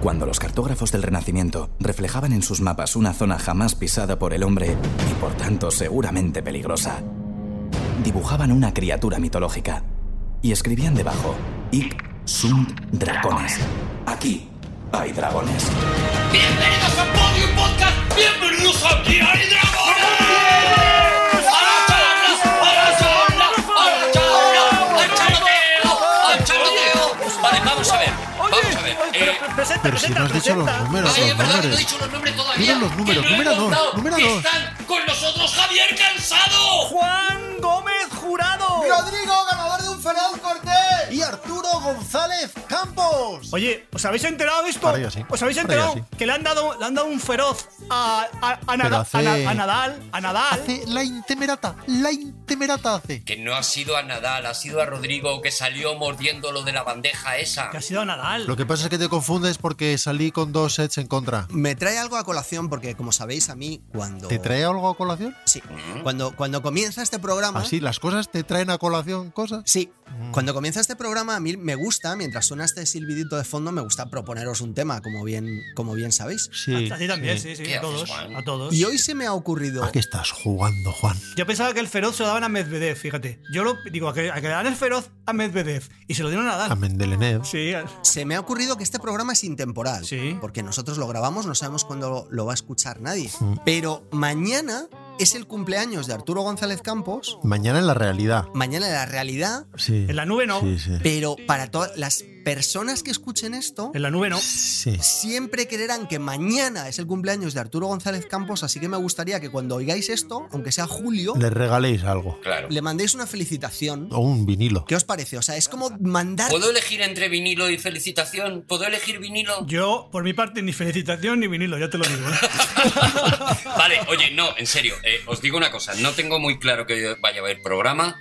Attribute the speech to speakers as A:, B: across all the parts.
A: Cuando los cartógrafos del Renacimiento reflejaban en sus mapas una zona jamás pisada por el hombre y por tanto seguramente peligrosa, dibujaban una criatura mitológica y escribían debajo: Ic sunt dragones. Aquí hay dragones.
B: Bienvenidos a Podium Podcast, bienvenidos a Aquí hay dragones. ¡A la charla, a la charla, a la charla, al charlateo, al charlateo! Vale, vamos a ver, vamos a ver. Eh,
C: Pero si no has dicho los números,
B: Ay,
C: los
B: es verdad que no he
C: números.
B: dicho los nombres todavía.
C: Mira los números,
B: que no he
C: número dos,
B: contado,
C: número
B: que
C: dos.
B: Están con nosotros Javier Cansado.
D: Juan Gómez Jurado.
E: Rodrigo, ganador de un Feroz Cortés. Y Arturo González Campos.
D: Oye, ¿os habéis enterado de esto?
C: Para ellos sí.
D: ¿Os habéis
C: Para ellos
D: enterado que le han dado, le han dado un feroz a, a- a Nada-
C: Pero hace-
D: a Na- a Nadal? A Nadal.
C: Hace la intemerata, la intemerata hace.
B: Que no ha sido a Nadal, ha sido a Rodrigo que salió mordiendo lo de la bandeja esa.
D: Que ha sido a Nadal.
C: Lo que pasa es que te confundes porque salí con dos sets en contra.
F: Me trae algo a colación porque, como sabéis, a mí cuando...
C: ¿Te trae algo a colación?
F: Sí. Cuando, cuando comienza este programa...
C: Así, ¿Ah, Mm. las cosas te traen a colación cosas.
F: Sí, cuando comienza este programa a mí me gusta, mientras suena este silbidito de fondo, me gusta proponeros un tema, como bien, como bien sabéis.
C: Sí.
D: a ti también, sí, sí,
B: ¿Qué
D: a
B: haces,
D: todos.
B: Juan?
D: A todos.
F: Y hoy se me ha ocurrido...
C: ¿A Ah, qué estás jugando, Juan?
D: Yo pensaba que el feroz se lo daban a Medvedev, fíjate. Yo lo digo, a que, a que le dan el feroz a Medvedev. Y se lo dieron a
C: A
D: Nadal.
C: Mendelenev.
D: Sí, a-
F: Se me ha ocurrido que este programa es intemporal,
D: Sí.
F: porque nosotros lo grabamos, no sabemos cuándo lo, lo va a escuchar nadie.
C: Mm.
F: Pero mañana es el cumpleaños de Arturo González Campos,
C: Mañana en la realidad.
F: mañana la realidad,
C: Sí.
D: En la nube no.
C: Sí, sí.
F: pero para todas las personas que escuchen esto,
D: en la nube no.
C: Sí.
F: siempre creerán que mañana es el cumpleaños de Arturo González Campos, así que me gustaría que cuando oigáis esto, aunque sea julio,
C: Le regaléis algo.
B: Claro.
F: le mandéis una felicitación.
C: O un vinilo.
F: ¿Qué os parece? O sea, es como mandar...
B: ¿Puedo elegir entre vinilo y felicitación? ¿Puedo elegir vinilo?
D: Yo, por mi parte, ni felicitación ni vinilo, ya te lo digo. ¿eh?
B: Vale, oye, no, en serio, eh, os digo una cosa, no tengo muy claro que vaya a haber programa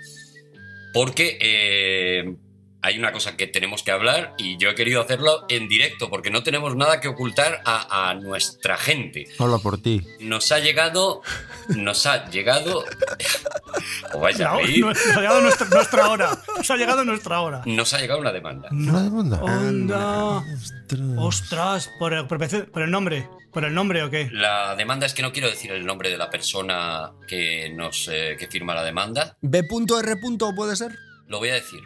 B: porque eh, hay una cosa que tenemos que hablar y yo he querido hacerlo en directo porque no tenemos nada que ocultar a, a nuestra gente.
C: Habla por ti.
B: Nos ha llegado, nos ha llegado, os vais a
D: La-
B: reír,
D: nos ha llegado nuestra, nuestra hora. Nos ha llegado nuestra hora.
B: nos ha llegado una demanda.
C: ¿Una demanda?
D: Onda.
C: Ostras.
D: Ostras, por el, por el- por el nombre. ¿Por el nombre o qué?
B: La demanda es que no quiero decir el nombre de la persona que nos eh, que firma la demanda.
F: B.R. puede ser.
B: Lo voy a decir.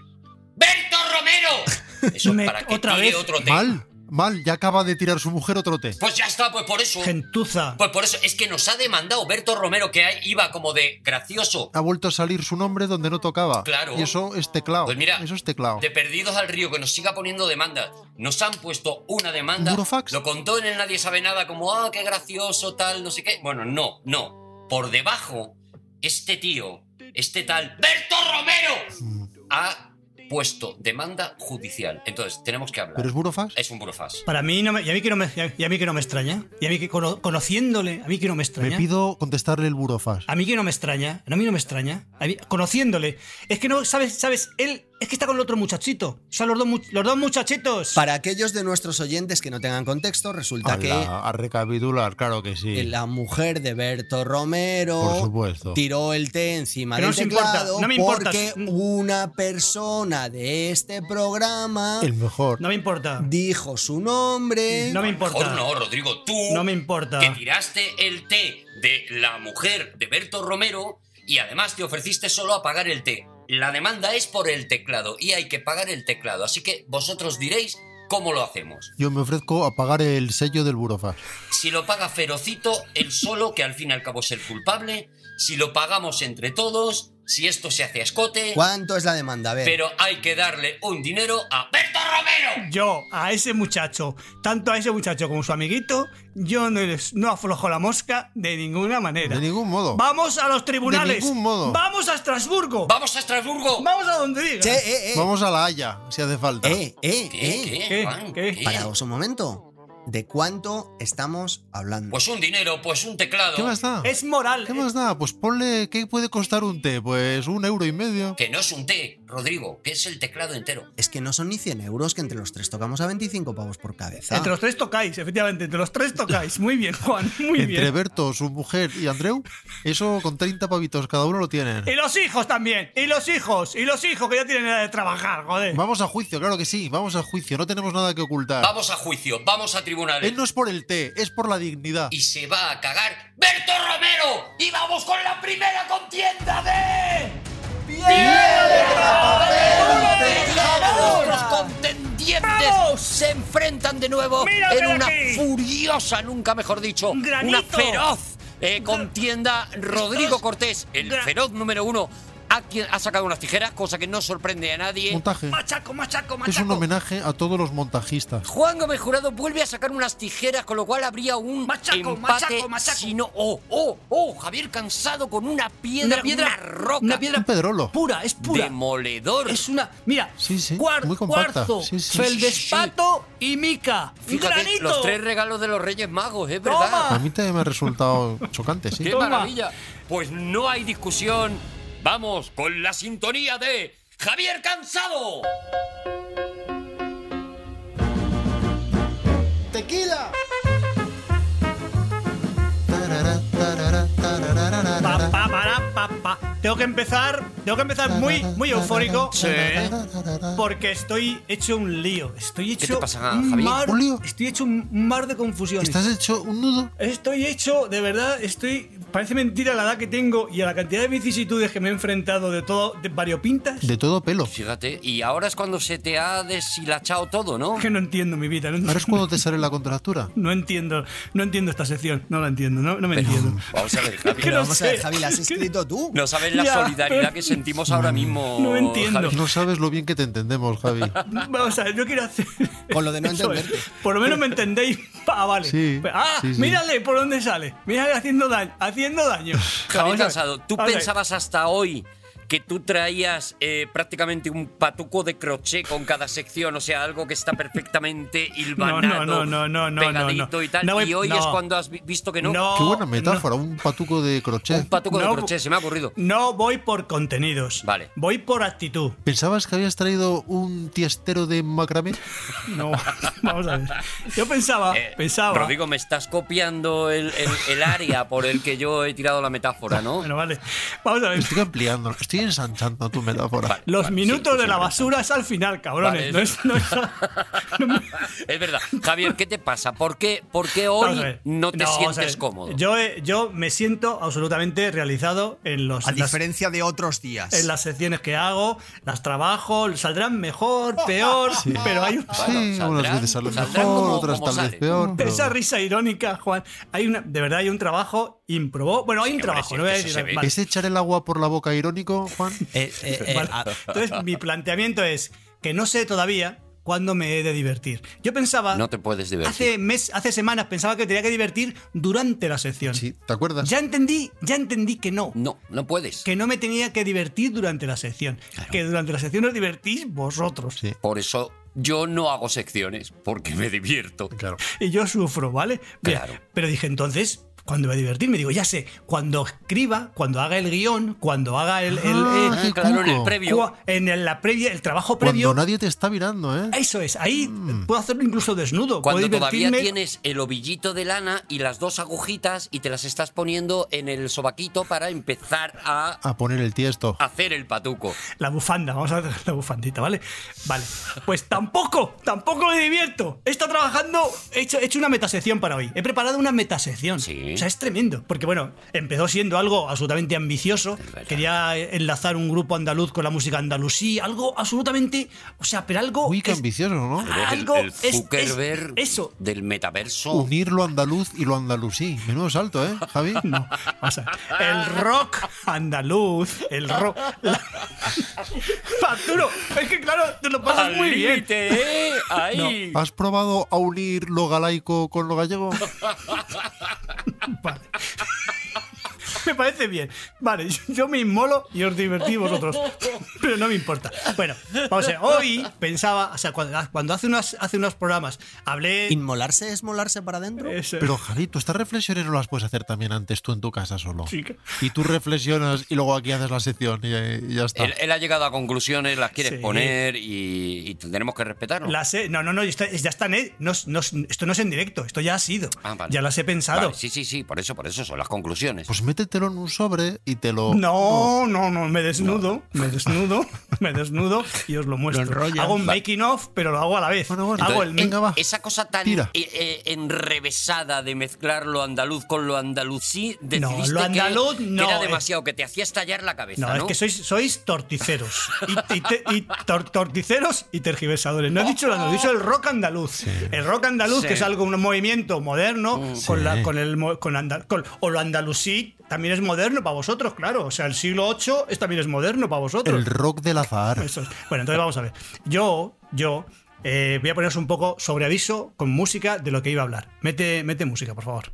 B: ¡Berto Romero! Eso
D: Me-
B: para que
D: otra
B: tire
D: vez.
B: otro té.
C: Mal, mal. Ya acaba de tirar su mujer otro té.
B: Pues ya está, pues por eso.
D: Gentuza.
B: Pues por eso, es que nos ha demandado Berto Romero que ahí iba como de gracioso.
C: ha vuelto a salir su nombre donde no tocaba.
B: Claro.
C: Y eso es teclado.
B: Pues mira,
C: eso es teclado.
B: De perdidos al río, que nos siga poniendo demandas. Nos han puesto una demanda.
C: Burofax.
B: Lo contó en el Nadie Sabe Nada, como, ah, qué gracioso, tal, no sé qué. Bueno, no, no. Por debajo, este tío, este tal, Berto Romero,
C: Mm.
B: ha puesto demanda judicial. Entonces, tenemos que hablar.
C: ¿Pero es burofax?
B: Es un burofax.
D: Para mí no me, y a mí que no me y a mí que no me extraña. Y a mí que cono- conociéndole, a mí que no me
C: Me
D: extraña.
C: pido contestarle el burofax.
D: A mí que no me extraña, a mí no me extraña. A mí- conociéndole, es que no sabes, sabes, él es que está con el otro muchachito. O sea, los dos, mu- los dos muchachitos.
F: Para aquellos de nuestros oyentes que no tengan contexto, resulta
C: A, la- a recapitular, claro que sí.
F: que la mujer de Berto Romero
C: Por supuesto.
F: tiró el té encima
D: Pero
F: del
D: no os importa,
F: teclado
D: no me importa.
F: porque una persona de este programa
C: El mejor.
D: No me importa.
F: dijo su nombre.
D: No me
B: Mejor
D: importa.
B: no, Rodrigo, tú.
D: No me importa.
B: que tiraste el té de la mujer de Berto Romero y además te ofreciste solo a pagar el té. La demanda es por el teclado y hay que pagar el teclado, así que vosotros diréis cómo lo hacemos.
C: Yo me ofrezco a pagar el sello del burofax.
B: Si lo paga Ferocito, él solo, que al fin y al cabo es el culpable, si lo pagamos entre todos, si esto se hace a escote,
F: ¿Cuánto es la demanda? A ver.
B: pero hay que darle un dinero a Berto Romero.
D: Yo, a ese muchacho, tanto a ese muchacho como su amiguito, yo no, les- no aflojo la mosca de ninguna manera.
C: De ningún modo.
D: Vamos a los tribunales.
C: Oh. ningún modo.
D: Vamos a Estrasburgo.
B: Vamos a Estrasburgo.
D: Vamos a donde digas.
F: Che, eh, eh.
C: Vamos a la Haya, si hace falta.
F: Eh, eh,
B: ¿Qué?
F: eh.
B: ¿Qué?
D: ¿Qué?
B: Juan?
D: ¿Qué?
B: ¿Qué?
F: Paraos un momento. ¿De cuánto estamos hablando?
B: Pues un dinero, pues un teclado.
C: ¿Qué más da?
D: Es moral. Eh,
C: ¿Qué más da? Pues ponle, ¿qué puede costar un té? Pues un euro y medio.
B: Que no es un té,
G: Rodrigo, que es el teclado entero.
F: Es que no son ni 100 euros, que entre los tres tocamos a 25 pavos por cabeza.
D: Entre los tres tocáis, efectivamente, entre los tres tocáis. Muy bien, Juan, muy
C: Entre
D: bien.
C: Berto, su mujer y Andreu, eso con 30 pavitos cada uno lo tienen.
D: Y los hijos también, y los hijos, y los hijos que ya tienen edad de trabajar, joder.
C: Vamos a juicio, claro que sí, vamos a juicio, no tenemos nada que ocultar.
G: Vamos a juicio, vamos a tribunales.
C: Él no es por el té, es por la dignidad.
G: Y se va a cagar Berto Romero. Y vamos con la primera contienda de...
B: Los contendientes
D: ¡Vamos!
B: se enfrentan de nuevo
D: ¡Míratela
B: en una
D: aquí!
B: furiosa, nunca mejor dicho,
D: ¡Un granito!
B: una feroz eh, contienda. Rodrigo Cortés, el
D: gra-
B: feroz número uno, ha, qui- ha sacado unas tijeras, cosa que no sorprende a nadie.
C: Montaje.
D: Machaco, machaco, machaco.
C: Es un homenaje a todos los montajistas.
B: Juan Gómez Jurado vuelve a sacar unas tijeras, con lo cual habría un
D: Machaco,
B: empate.
D: machaco, machaco.
B: Si no, oh, oh, oh, Javier cansado con una piedra,
D: Una piedra,
B: roca,
D: una piedra
C: Un pedrolo.
D: pura, es pura.
B: demoledor.
D: Es una. Mira,
C: Sí, sí,
D: cuar-
C: muy compacta.
D: cuarzo,
C: Sí, sí, sí,
D: feldespato y mica.
B: Fíjate,
D: ¡Granito!
B: los tres regalos de los Reyes Magos, es
D: Toma.
B: verdad.
C: A mí también me ha resultado chocante, sí.
B: ¡Qué
D: Toma.
B: maravilla! Pues no hay discusión. Vamos con la sintonía de Javier Cansado.
E: Tequila.
C: Tarara, tarara, tarararara.
D: Pa, pa, para, pa, pa. Tengo que empezar, tengo que empezar muy, muy eufórico.
C: Sí.
B: ¿eh?
D: Porque estoy hecho un lío. Estoy hecho.
B: te pasa,
D: un
B: Javi?
D: mar-
C: ¿Un lío?
D: Estoy hecho un mar de confusiones.
C: ¿Estás hecho un nudo?
D: Estoy hecho, de verdad, estoy. Parece mentira la edad que tengo y a la cantidad de vicisitudes que me he enfrentado de todo, de variopintas.
C: De todo pelo.
B: Fíjate, y ahora es cuando se te ha deshilachado todo, ¿no?
D: Que no entiendo mi vida. No,
C: Ahora es cuando te sale la contractura.
D: no entiendo, no entiendo esta sección. No la entiendo, no, no me entiendo.
B: Vamos a ver, Javi.
D: Que
F: Pero
D: no
F: vamos a
D: sé.
F: ver, Javi, ¿la has escrito tú?
B: No sabes la
D: Ya,
B: solidaridad
D: pero-
B: que sentimos ahora mismo.
D: No entiendo.
B: Javi.
C: No sabes lo bien que te entendemos, Javi.
D: Vamos a ver, yo quiero hacer.
F: Con lo de no
D: Eso es.
F: entenderte.
D: Por lo menos me entendéis. Ah, vale.
C: Sí,
D: ah,
C: sí, sí.
D: mírale por dónde sale. Mírale haciendo daño. Haciendo daño. Vamos a
B: Javier
D: ver.
B: Cansado, tú
D: Vamos a ver.
B: pensabas hasta hoy que tú traías eh, prácticamente un patuco de crochet con cada sección, o sea, algo que está perfectamente hilvanado,
D: no, no, no, no,
B: pegadito
D: no, no.
B: y tal,
D: No voy-
B: y hoy
D: no.
B: es cuando has vi- visto que no.
C: Qué buena metáfora, un patuco de
B: Un
C: crochet.
B: patuco de
D: No.
B: crochet, se me ha ocurrido.
D: No voy por contenidos.
B: Vale.
D: Voy por actitud.
C: ¿Pensabas que habías traído un tiestero de macramé?
D: No, vamos a ver. Yo pensaba,
B: Eh,
D: pensaba.
B: Rodrigo, me estás copiando el, el- el área por el que yo he tirado la metáfora, ¿no?
D: Bueno, vale. Vamos a ver.
C: Estoy ampliando, estoy ensanchando tu metáfora.
B: Vale.
D: Los
B: sí,
D: minutos
B: sí,
D: de la
B: sí,
D: basura es al final,
B: Vale,
D: cabrones. no es, no es- no me-
B: Es verdad. Javier, ¿qué te pasa? ¿Por qué, por qué
D: Vamos a
B: hoy
D: ver.
B: no te
D: vamos a
B: sientes
D: ver.
B: cómodo?
D: Yo, eh, yo me siento absolutamente realizado en los
F: A
D: las-
F: diferencia de otros días.
D: en las secciones que hago, las trabajo, saldrán mejor, peor, pero hay un-
B: Bueno,
C: sí,
B: saldrán-
C: unas veces salen
B: saldrán
C: mejor,
B: como-
C: otras
B: como
C: tal vez
B: salen.
C: peor. pero-
D: esa risa irónica, Juan. Hay una, de verdad hay un trabajo improbó. Bueno, hay un
B: hombre,
D: trabajo,
B: sí,
D: no voy a
B: eso se
D: decir.
B: ve.
D: vale.
C: ¿Es echar el agua por la boca irónico, Juan?
F: Eh, eh, eh,
D: Vale.
F: a-
D: Entonces, mi planteamiento es que no sé todavía cuándo me he de divertir. Yo pensaba,
B: No te puedes divertir.
D: hace, mes, hace semanas, pensaba que tenía que divertir durante la sección.
C: Sí, ¿te acuerdas?
D: Ya entendí, ya entendí que no.
B: No, no puedes.
D: Que no me tenía que divertir durante la sección. Que durante la sección os divertís vosotros.
C: Sí.
B: Por eso yo no hago secciones, porque me divierto.
C: Claro.
D: Y yo sufro, ¿vale? Bien,
B: Claro.
D: Pero dije, entonces, ¿cuándo voy a divertirme? Digo, ya sé, cuando escriba, cuando haga el guión, cuando haga el. el-
C: Ah,
D: el-
C: qué
B: Eh, Claro, en el
C: cuco.
B: previo.
D: cua- en el- la previa, el trabajo previo.
C: Cuando nadie te está mirando, ¿eh?
D: Eso es, ahí puedo hacerlo incluso desnudo.
B: Cuando
D: puedo
B: todavía
D: divertirme.
B: tienes el ovillito de lana y las dos agujitas y te las estás poniendo en el sobaquito para empezar a
C: A poner el tiesto.
B: hacer el patuco.
D: La bufanda, vamos a hacer la bufandita, ¿vale? Vale. Pues tampoco, tampoco me divierto. He estado trabajando, he hecho, he hecho una metasección para hoy. He preparado una metasección.
B: Sí.
D: O sea, es tremendo. Porque bueno, empezó siendo algo absolutamente ambicioso.
B: verdad.
D: Quería enlazar un grupo andaluz con la música andalusí. Algo absolutamente. O sea, pero
B: oh,
D: algo.
C: Uy, qué
D: es-
C: ambicioso, ¿no?
B: Eres el-
D: Algo
B: el,
D: es- es-
B: Zuckerberg
D: eso.
B: del metaverso.
C: Unir lo andaluz y lo andalusí. Menudo salto, ¿eh, Javi?
D: No, vamos a ver. El rock andaluz, el rock. la- Arturo, es que claro, te lo pasas
B: Al
D: muy bien. ah.
B: límite, ¿eh? Ahí.
C: ¿Has probado a unir lo galaico con lo gallego?
D: Vale. Me parece bien. Vale, yo- yo me inmolo y os divertís vosotros. Pero no me importa. Bueno, vamos a ver. Hoy pensaba, o sea, cuando, cuando hace, unos, hace unos programas hablé.
F: ¿Inmolarse es molarse para adentro?
D: Eso.
C: Pero, Jarito, estas reflexiones no las puedes hacer también antes tú en tu casa solo.
D: Chica.
C: Y tú reflexionas y luego aquí haces la sección y, y ya está.
B: Él, él ha llegado a conclusiones, las quiere
D: Sí.
B: exponer y, y tenemos que respetarlo.
D: Las he- no, no, no, está- ya están. eh, no es- no es- esto no es en directo, esto ya ha sido.
B: Ah, vale.
D: Ya las he pensado.
B: Vale, sí, sí, sí, por eso, por eso son las conclusiones.
C: Pues métetelo en un sobre y te lo.
D: No,
C: oh.
D: no, no, me desnudo, me desnudo, me desnudo y os lo muestro.
C: enrollas.
D: hago un
C: Vale.
D: making of, pero lo hago a la vez.
C: Bueno, bueno.
D: hago
C: Entonces,
D: el mi-
C: venga, va.
B: Esa cosa tan
C: Tira.
B: eh, eh, enrevesada de mezclar lo andaluz con lo andalusí, decidiste
D: lo
B: que-
D: andaluz
B: que,
D: no,
B: era
D: eh.
B: demasiado, que te hacía estallar la cabeza.
D: No,
C: Ah,
B: No,
D: es que sois, sois torticeros. Y, y te- y tor- torticeros y tergiversadores. No he dicho nada, he dicho el rock andaluz. El rock andaluz,
B: Sí.
D: que es algo, un movimiento moderno, con,
C: Mm. Sí.
D: la, con el mo- con andal- con- o lo andalusí también es moderno para vosotros, claro. O sea, el siglo VIII es- también es moderno para vosotros.
C: El rock del azar.
D: Eso es. Bueno, entonces vamos a ver. Yo, yo, eh, voy a poneros un poco sobre aviso con música de lo que iba a hablar. Mete, mete música, por favor.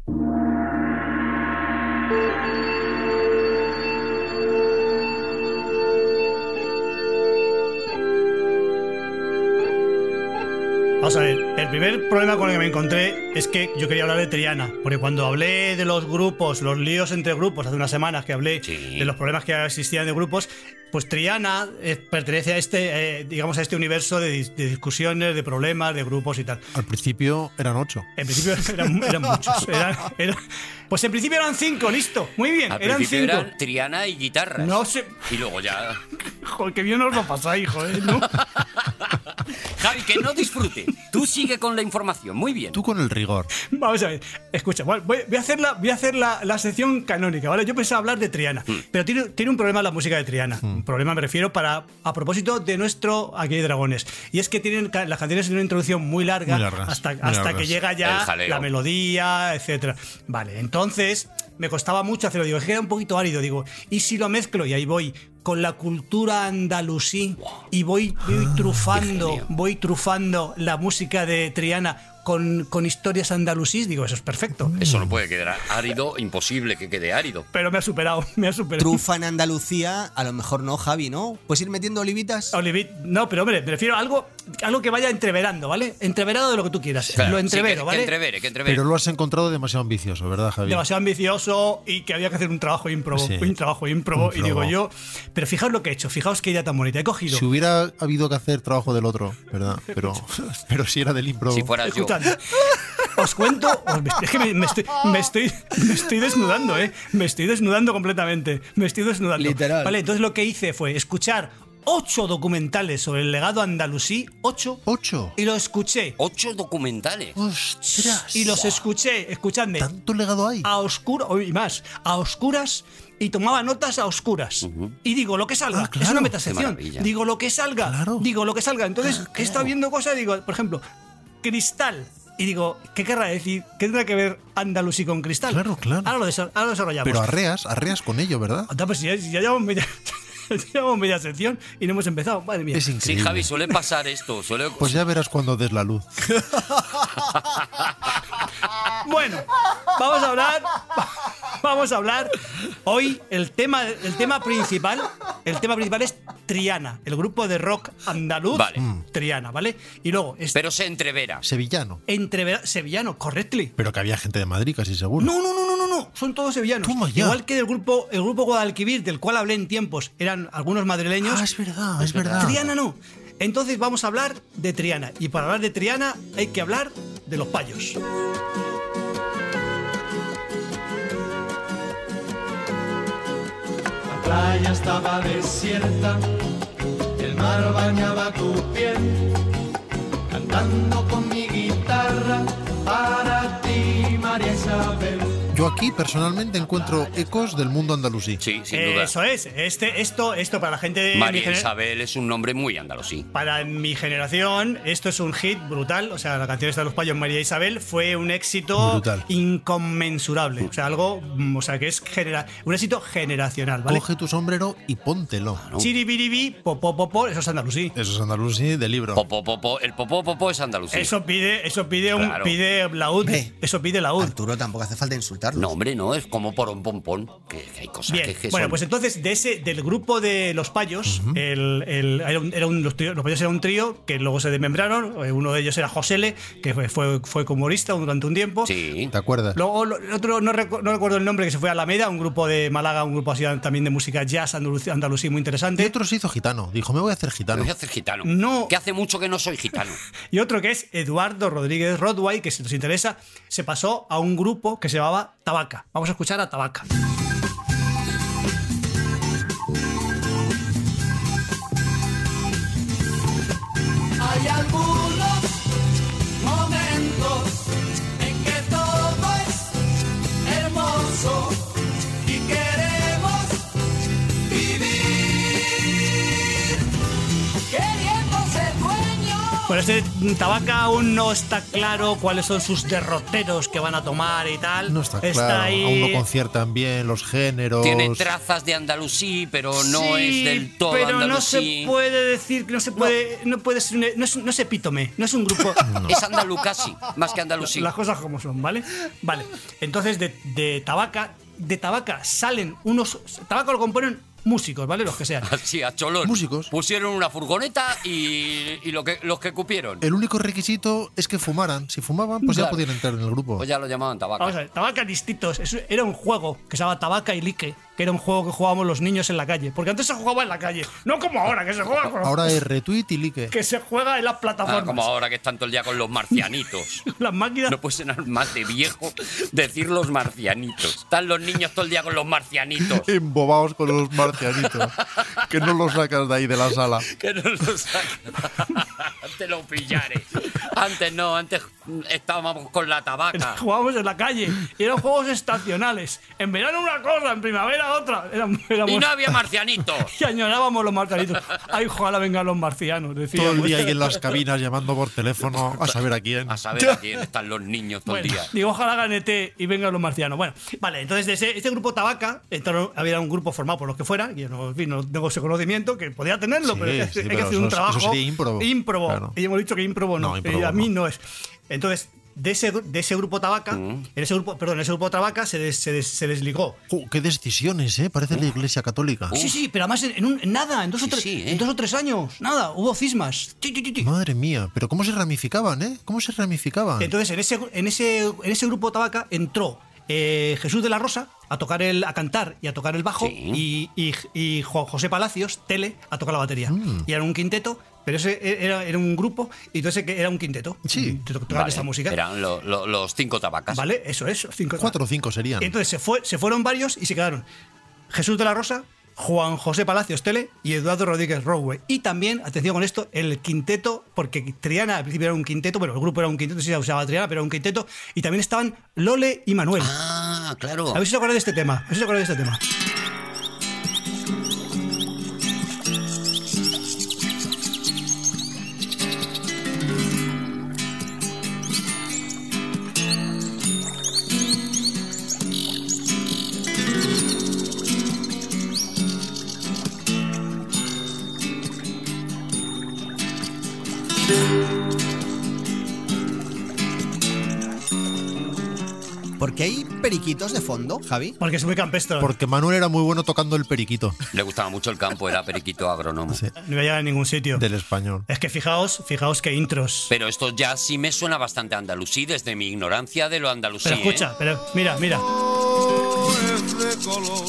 D: Vamos a ver, el primer problema con el que me encontré es que yo quería hablar de Triana, porque cuando hablé de los grupos, los líos entre grupos, hace unas semanas que hablé
B: Sí.
D: de los problemas que existían de grupos, pues Triana eh, pertenece a este, eh, digamos, a este universo de, dis- de discusiones, de problemas, de grupos y tal.
C: Al principio eran ocho.
D: En principio eran, eran muchos, eran- eran- pues en principio eran cinco, listo, muy bien,
B: Al
D: eran
B: principio
D: cinco.
B: eran Triana y guitarras.
D: No sé,
B: Y luego ya.
D: joder, que bien os lo pasáis, joder, ¿no?
B: Javi, que no disfrute. Tú sigue con la información. Muy bien.
C: Tú con el rigor.
D: Vamos a ver, escucha, voy, voy a hacer, la, voy a hacer la, la sección canónica, ¿vale? Yo pensaba hablar de Triana,
B: Hmm.
D: pero tiene, tiene un problema la música de Triana.
C: Hmm.
D: Un problema me refiero para, a propósito de nuestro Aquí hay Dragones. Y es que tienen, ca- las canciones tienen una introducción muy larga,
C: Muy largas,
D: hasta,
C: muy
D: hasta
C: largas.
D: que llega
B: El
D: ya
B: jaleo.
D: la melodía, etcétera. Vale, entonces me costaba mucho hacerlo. Digo, es que era un poquito árido. Digo, ¿y si lo mezclo? Y ahí voy con la cultura andalusí y voy, voy
B: Ah,
D: trufando,
B: genio.
D: voy trufando la música de Triana con, con historias andalusís. Digo, eso es perfecto.
B: Eso no puede quedar árido, imposible que quede árido.
D: Pero me ha superado, me ha superado.
F: Trufa en Andalucía, a lo mejor no, Javi, ¿no? Pues ir metiendo olivitas.
D: Olivit- no, pero hombre, me refiero a algo, algo que vaya entreverando, ¿vale? Entreverado de lo que tú quieras.
B: Claro,
D: lo
B: sí,
D: entrevero,
B: que,
D: ¿vale?
B: Que entrevere, que entrevere.
C: Pero lo has encontrado demasiado ambicioso, ¿verdad, Javier?
D: demasiado ambicioso y que había que hacer un trabajo ímprobo,
C: Sí.
D: un trabajo ímprobo, y
C: Ímprobo.
D: digo yo, pero fijaos lo que he hecho, fijaos qué idea tan bonita, he cogido
C: Si hubiera habido que hacer trabajo del otro, ¿verdad? Pero, pero si era del improbo.
B: si fuera yo.
D: Escuchad, Os cuento. os- es que me, me estoy, me, estoy, me estoy desnudando, ¿eh? Me estoy desnudando completamente. Me estoy desnudando.
F: Literal.
D: Vale, entonces lo que hice fue escuchar ocho documentales sobre el legado andalusí. Ocho.
C: ¡Ocho!
D: Y los escuché.
B: Ocho documentales.
C: ¡Ostras!
D: Y los escuché. Escuchadme.
C: ¿Tanto legado hay?
D: A oscuras. Y más. A oscuras. Y tomaba notas a oscuras. Y digo lo que salga.
C: Ah, claro.
D: Es una
B: Qué
D: metasección.
B: maravilla.
D: Digo lo que salga.
C: Claro. Ah,
D: Digo lo que salga. Entonces, he estado viendo cosas, digo, por ejemplo, cristal. Y digo, ¿qué querrá decir? ¿Qué tendrá que ver Andalusí con cristal?
C: Claro, claro.
D: Ahora lo, desa- ahora lo desarrollamos.
C: Pero arreas, arreas con ello, ¿verdad?
D: Anda, pues ya, ya llevamos media, ya llevamos media sección y no hemos empezado. Madre mía.
C: Es
B: Sí,
C: increíble.
B: Javi, suele pasar esto. Suele...
C: Pues ya verás cuando des la luz.
D: Bueno, vamos a hablar. Vamos a hablar. Hoy el tema, el tema principal. El tema principal es Triana, el grupo de rock andaluz.
B: Vale.
C: Mm.
D: Triana, ¿vale? Y luego, es
B: Pero se entrevera.
C: Sevillano.
D: entrevera- sevillano, correctly.
C: Pero que había gente de Madrid, casi seguro.
D: No, no, no, no, no, no. Son todos sevillanos.
C: Toma ya.
D: Igual que del grupo, el grupo Guadalquivir, del cual hablé en tiempos, eran algunos madrileños.
C: Ah, es verdad, es verdad.
D: Triana no. Entonces vamos a hablar de Triana. Y para hablar de Triana hay que hablar de los payos.
H: La playa estaba desierta, el mar bañaba tu piel, cantando con mi guitarra para ti, María Isabel.
C: Yo aquí personalmente encuentro ecos del mundo andalusí.
B: Sí, sin duda.
D: Eso es. Este, esto, esto para la gente de mi
B: María
D: gener-
B: Isabel es un nombre muy andalusí.
D: Para mi generación, esto es un hit brutal. O sea, la canción esta de los payos María Isabel fue un éxito
C: Brutal.
D: inconmensurable. O sea, algo. mm, O sea, que es genera- un éxito generacional, ¿vale?
C: Coge tu sombrero y póntelo.
D: Chiribiribi, popo, popo, eso es andalusí.
C: Eso es andalusí de libro.
B: Popo, popo, el popo, popo es andalusí.
D: Eso pide, eso pide un,
B: Claro.
D: pide laúd,
F: Ve.
D: eso pide laúd.
F: Arturo, tampoco hace falta insultarlo.
B: No, hombre, no, es como por un pompón. Que, que hay cosas
D: Bien,
B: que, que
D: bueno,
B: son-
D: pues entonces de ese, del grupo de los payos, el, el- era un- era un- los, tío- los payos eran un trío que luego se desmembraron. eh, Uno de ellos era Josele, que fue, fue, fue humorista durante un tiempo.
B: Sí.
C: ¿Te acuerdas?
D: Luego lo- el otro, no, recu- no recuerdo el nombre, que se fue a Alameda, un grupo de Málaga, un grupo así también de música jazz andalucí, andalusí muy
C: Y
D: interesante.
C: otro se hizo gitano. Dijo, me voy a hacer
B: Me
C: gitano.
B: voy a hacer gitano.
D: No.
B: Que hace mucho que no soy gitano.
D: Y otro que es Eduardo Rodríguez Rodway, que si nos interesa, se pasó a un grupo que se llamaba Tabaca. Vamos a escuchar a Tabaca.
H: Hay algunos momentos en que todo es hermoso y queremos vivir queriendo ser dueños.
D: Por este Tabaca aún no está claro cuáles son sus derroteros que van a tomar y tal.
C: No está, claro. Aún no conciertan bien los géneros.
B: Tiene trazas de andalusí, pero no
D: Sí,
B: es del todo
D: pero
B: andalusí.
D: no se puede decir que no se puede no, puede ser un- no es, no es epítome no es un grupo
B: Es andalucasi, más que andalusí.
D: las cosas como son vale vale entonces de, de tabaca de tabaca salen unos tabaco lo componen músicos vale los que sean
B: Así, a cholón.
C: Músicos.
B: Pusieron una furgoneta y, y lo que, los que cupieron.
C: El único requisito es que fumaran. Si fumaban, pues ya
B: Claro.
C: podían entrar en el grupo.
B: Pues ya lo llamaban tabaco.
D: Vamos a ver, Tabaca Distitos es- era un juego que se llamaba Tabaca y Lique, que era un juego que jugábamos los niños en la calle. Porque antes se jugaba en la calle, no como ahora, que se juega, con-
C: Ahora es retweet y like.
D: que se juega en las
B: Ah, como
D: plataformas.
B: ahora que están todo el día con los marcianitos.
D: las máquinas.
B: No puede sonar más de viejo decir los marcianitos. Están los niños todo el día con los marcianitos.
C: Embobados con los marcianitos. que no los sacas de ahí de la sala.
B: Que no lo saca. Te lo pillaré. Antes no, antes estábamos con la tabaca.
D: Jugábamos en la calle y eran juegos estacionales. En verano una cosa, en primavera otra. Éramos- éramos-
B: Y no había marcianitos.
D: y añorábamos los marcianitos. Ay, ojalá vengan los marcianos.
C: Todo
D: Decíamos.
C: el día ahí en las cabinas llamando por teléfono a saber a quién.
B: A saber a quién están los niños todo el
D: Bueno,
B: día.
D: digo, ojalá ganete y vengan los marcianos. Bueno, vale, entonces de ese- este grupo Tabaca, entraron- había un grupo formado por los que fuera, yo no, en fin, no tengo ese conocimiento, que podía tenerlo,
C: Sí,
D: pero hay que,
C: sí,
D: hay que
C: pero
D: hacer un
C: eso-
D: trabajo.
C: eso sería ímprobo.
D: Ímprobo.
C: Claro.
D: Y hemos dicho que ímprobo no,
C: No,
D: eh,
C: ímprobo
D: a mí
C: no.
D: no es. Entonces, de ese, gru- de ese grupo Tabaca,
B: Mm.
D: en ese grupo, perdón, en ese grupo Tabaca se, des- se des- se desligó.
C: Jo, qué decisiones, ¿eh? Parece la Iglesia Católica.
D: Sí, sí, pero además en, en un- en nada, en dos, o
B: Sí,
D: tres,
B: sí, ¿eh?
D: en dos o tres años, nada, hubo cismas. Ti, ti, ti, ti.
C: Madre mía, pero ¿cómo se ramificaban, eh? ¿Cómo se ramificaban?
D: Entonces, en ese, en ese, en ese grupo Tabaca entró eh, Jesús de la Rosa a tocar el, a cantar y a tocar el bajo
B: Sí.
D: y, y- y Jo- José Palacios, Tele, a tocar la batería. Y era un quinteto, pero ese e, era, era un grupo, y entonces que era un quinteto.
C: Sí.
D: Te to- Tocaban
B: Vale,
D: esa música.
B: Eran lo- lo- los cinco tabacas.
D: Vale, eso es. Cinco,
C: Cuatro o cinco serían.
D: Entonces se, fue, se fueron varios y se quedaron Jesús de la Rosa, Juan José Palacios Tele y Eduardo Rodríguez Rowway. Y también, atención con esto, el quinteto, porque Triana al principio era un quinteto, bueno, el grupo era un quinteto, sí se usaba Triana, pero era un quinteto. Y también estaban Lole y Manuel.
B: Ah, claro.
D: A ver si os acordáis de este tema. A ver si os acordáis de este tema.
F: ¿Por qué hay periquitos de fondo, Javi?
D: Porque es muy campestre.
C: Porque Manuel era muy bueno tocando el periquito
B: Le gustaba mucho el campo, era periquito agrónomo.
C: Sí.
D: No voy a llegar a ningún sitio.
C: del español.
D: Es que fijaos, fijaos que intros.
B: Pero esto ya sí me suena bastante andalusí, desde mi ignorancia de lo andalusí.
D: Pero
B: ¿eh?
D: escucha, pero mira, mira.
H: es de color.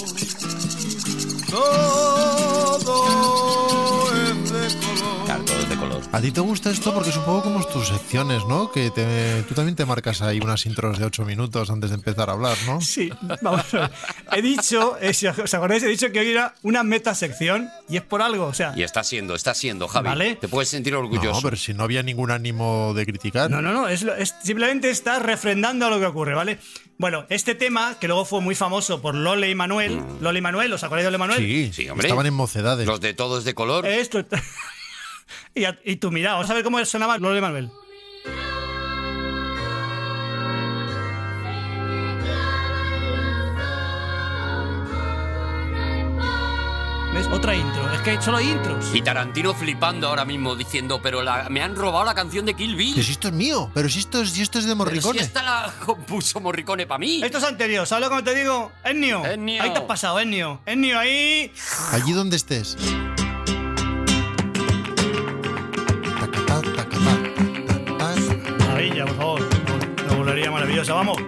H: Todo es de color.
B: Claro, todo es ¿eh? de color.
C: A ti te gusta esto porque es un poco como tus secciones, ¿no? Que te- tú también te marcas ahí unas intros de ocho minutos antes de empezar a hablar, ¿no?
D: Sí, vamos a ver. He dicho, eh, si os acordáis, he dicho que hoy era una meta sección y es por algo, o sea.
B: Y está siendo, está siendo, Javi.
D: Vale.
B: Te puedes sentir
C: No,
B: orgulloso.
C: pero si no había ningún ánimo de criticar.
D: No, no, no, es, lo- es- simplemente está refrendando a lo que ocurre, ¿vale? Bueno, este tema, que luego fue muy famoso por Lole y Manuel, Lole y Manuel, ¿os acordáis de Lole y Manuel?
C: Sí,
B: Sí, hombre.
C: estaban en mocedades.
B: Los de todo es de color.
D: Esto está- y, a- y tú mira, vamos a ver cómo sonaba Lole y Manuel. ¿Ves? Otra intro. Es que solo hay intros.
B: Y Tarantino flipando ahora mismo diciendo, pero la- me han robado la canción de Kill Bill.
C: Pero si esto es mío, pero si esto es, si esto es de
B: Pero si
C: Morricone.
B: esta la compuso Morricone para mí.
D: Esto es anterior, ¿sabes cómo te digo? Ennio.
B: Ennio.
D: Ahí te has pasado, Ennio. Ennio, ahí.
C: Allí donde estés. Tacatá, tacatá, tacatá.
D: Maravilla, por favor. Lo volvería maravillosa, vamos.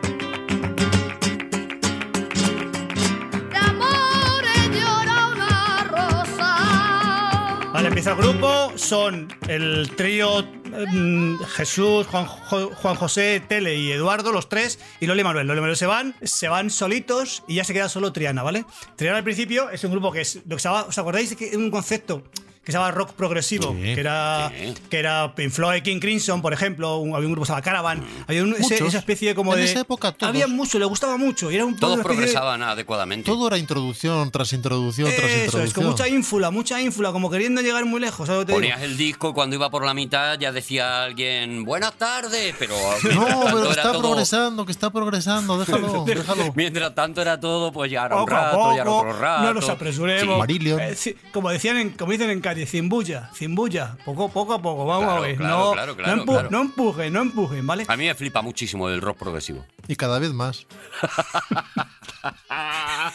I: D'amore llora una rosa.
D: Vale, empieza el grupo. Son el trío em, Jesús, Juan, Jo- Juan José, Tele y Eduardo, los tres, y Loli y Manuel. Loli y Manuel se van, se van solitos y ya se queda solo Triana, ¿vale? Triana al principio es un grupo que es lo que se llama- ¿os acordáis de que es un concepto? que se llama rock progresivo,
C: Sí.
D: que era que era Pink Floyd, King Crimson, por ejemplo, un- había un grupo que se llamaba Caravan, había un- ese-
C: Muchos.
D: esa especie como
C: En
D: de
C: esa época todos.
D: había mucho, le gustaba mucho, y era un poco
B: Todos
D: una especie de-
B: progresaban adecuadamente.
C: Todo era introducción tras introducción tras
D: Eso, es con
C: introducción.
D: mucha ínfula, mucha ínfula, como queriendo llegar muy lejos, ¿sabes lo que te digo?
B: Ponías el disco y cuando iba por la mitad ya decía alguien, buenas tardes, pero
C: No,
B: mientras
C: pero
B: tanto
C: que
B: era
C: está
B: todo-
C: progresando, que está progresando, déjalo, déjalo.
B: Mientras tanto era todo, pues ya era un
D: poco a
B: rato, ya era
D: poco,
B: otro rato.
D: no nos
C: Sí.
D: apresuremos.
C: Marillion.
D: Eh, ci- como decían en, como dicen en Cádiz, sin bulla, sin bulla, poco, poco a poco, vamos
B: Claro,
D: a ver.
B: claro,
D: no,
B: claro, claro,
D: no, empu-
B: claro. Ah.
D: no empujen, no empujen, ¿vale?
B: A mí me flipa muchísimo el rock progresivo.
C: Y cada vez más.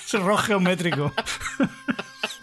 D: Es rojo geométrico.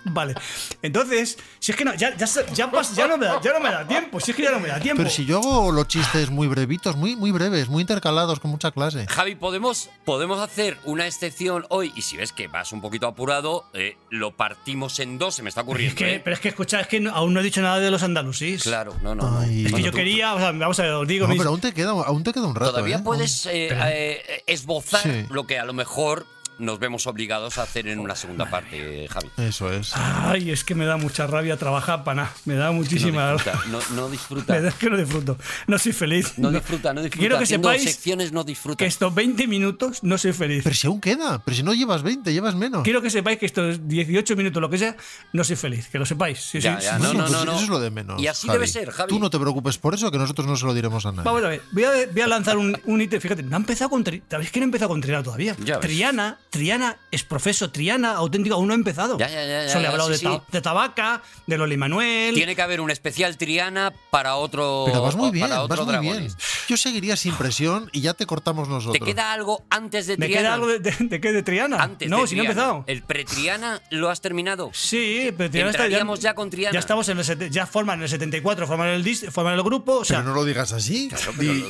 D: vale. Entonces, si es que no, ya, ya, se- ya, pas- ya no me da, ya no me da tiempo, si es que ya no me da tiempo.
C: Pero si yo hago los chistes muy brevitos, muy, muy breves, muy intercalados, con mucha clase.
B: Javi, ¿podemos, podemos hacer una excepción hoy y si ves que vas un poquito apurado, eh, lo partimos en dos, se me está
D: Es
B: ocurriendo.
D: que-
B: ¿eh?
D: pero es que escucha, es que no- aún no he dicho nada de los andalusís.
B: Claro, no, no. no.
C: Ay.
D: Es que
C: Bueno,
D: yo
C: tú-
D: quería, o sea, vamos a ver, os digo,
C: No,
D: mis-
C: pero aún te queda, aún te queda un rato.
B: Todavía
C: ¿eh?
B: puedes eh, eh, esbozar
C: Sí.
B: lo que a lo mejor nos vemos obligados a hacer en una segunda parte, eh, Javi.
C: Eso es.
D: Ay, es que me da mucha rabia trabajar para nada. Me da muchísima
B: no disfruta, no, no
D: La
B: disfruta.
D: verdad es que no disfruto. No soy feliz.
B: No disfruta, no disfruta.
D: Quiero que
B: Haciendo
D: sepáis
B: secciones no disfruta.
D: que estos 20 minutos no soy feliz.
C: Pero si aún queda, pero si no llevas 20, llevas menos.
D: Quiero que sepáis que estos 18 minutos, lo que sea, no soy feliz. Que lo sepáis. Sí,
B: Ya,
D: sí.
B: ya,
C: Bueno,
B: no, no,
C: pues
B: no, no.
C: Eso es lo de menos.
B: Y así
C: Javi.
B: debe ser, Javi.
C: Tú no te preocupes por eso, que nosotros no se lo diremos a nadie.
D: Vamos a ver, voy a, voy a lanzar un, un ítem. Fíjate, no ha empezado con Triana. ¿Sabéis que no he empezado con Triana todavía?
B: Ya ves.
D: Triana, Triana es profeso, Triana auténtico, aún no ha empezado.
B: Ya, ya, ya, ya,
D: Solo he
B: ya,
D: hablado
B: sí,
D: de, ta-
B: sí.
D: de Tabaca, de Loli Manuel.
B: Tiene que haber un especial Triana para otro.
C: Pero vas muy bien,
B: para
C: vas
B: otro
C: muy bien.
B: Dragones.
C: Yo seguiría sin presión y ya te cortamos nosotros.
B: ¿Te queda algo antes de
D: ¿Me
B: Triana?
D: queda algo de, de, de qué? ¿De Triana?
B: Antes
D: no,
B: de
D: si no he
B: Triana.
D: empezado.
B: ¿El pre-Triana lo has terminado?
D: Sí, pero Triana está-
B: Entraríamos ya con Triana.
D: Ya estamos en el sete- ya forman el 74, forman el dis- forman el grupo, o sea,
C: Pero no lo digas así.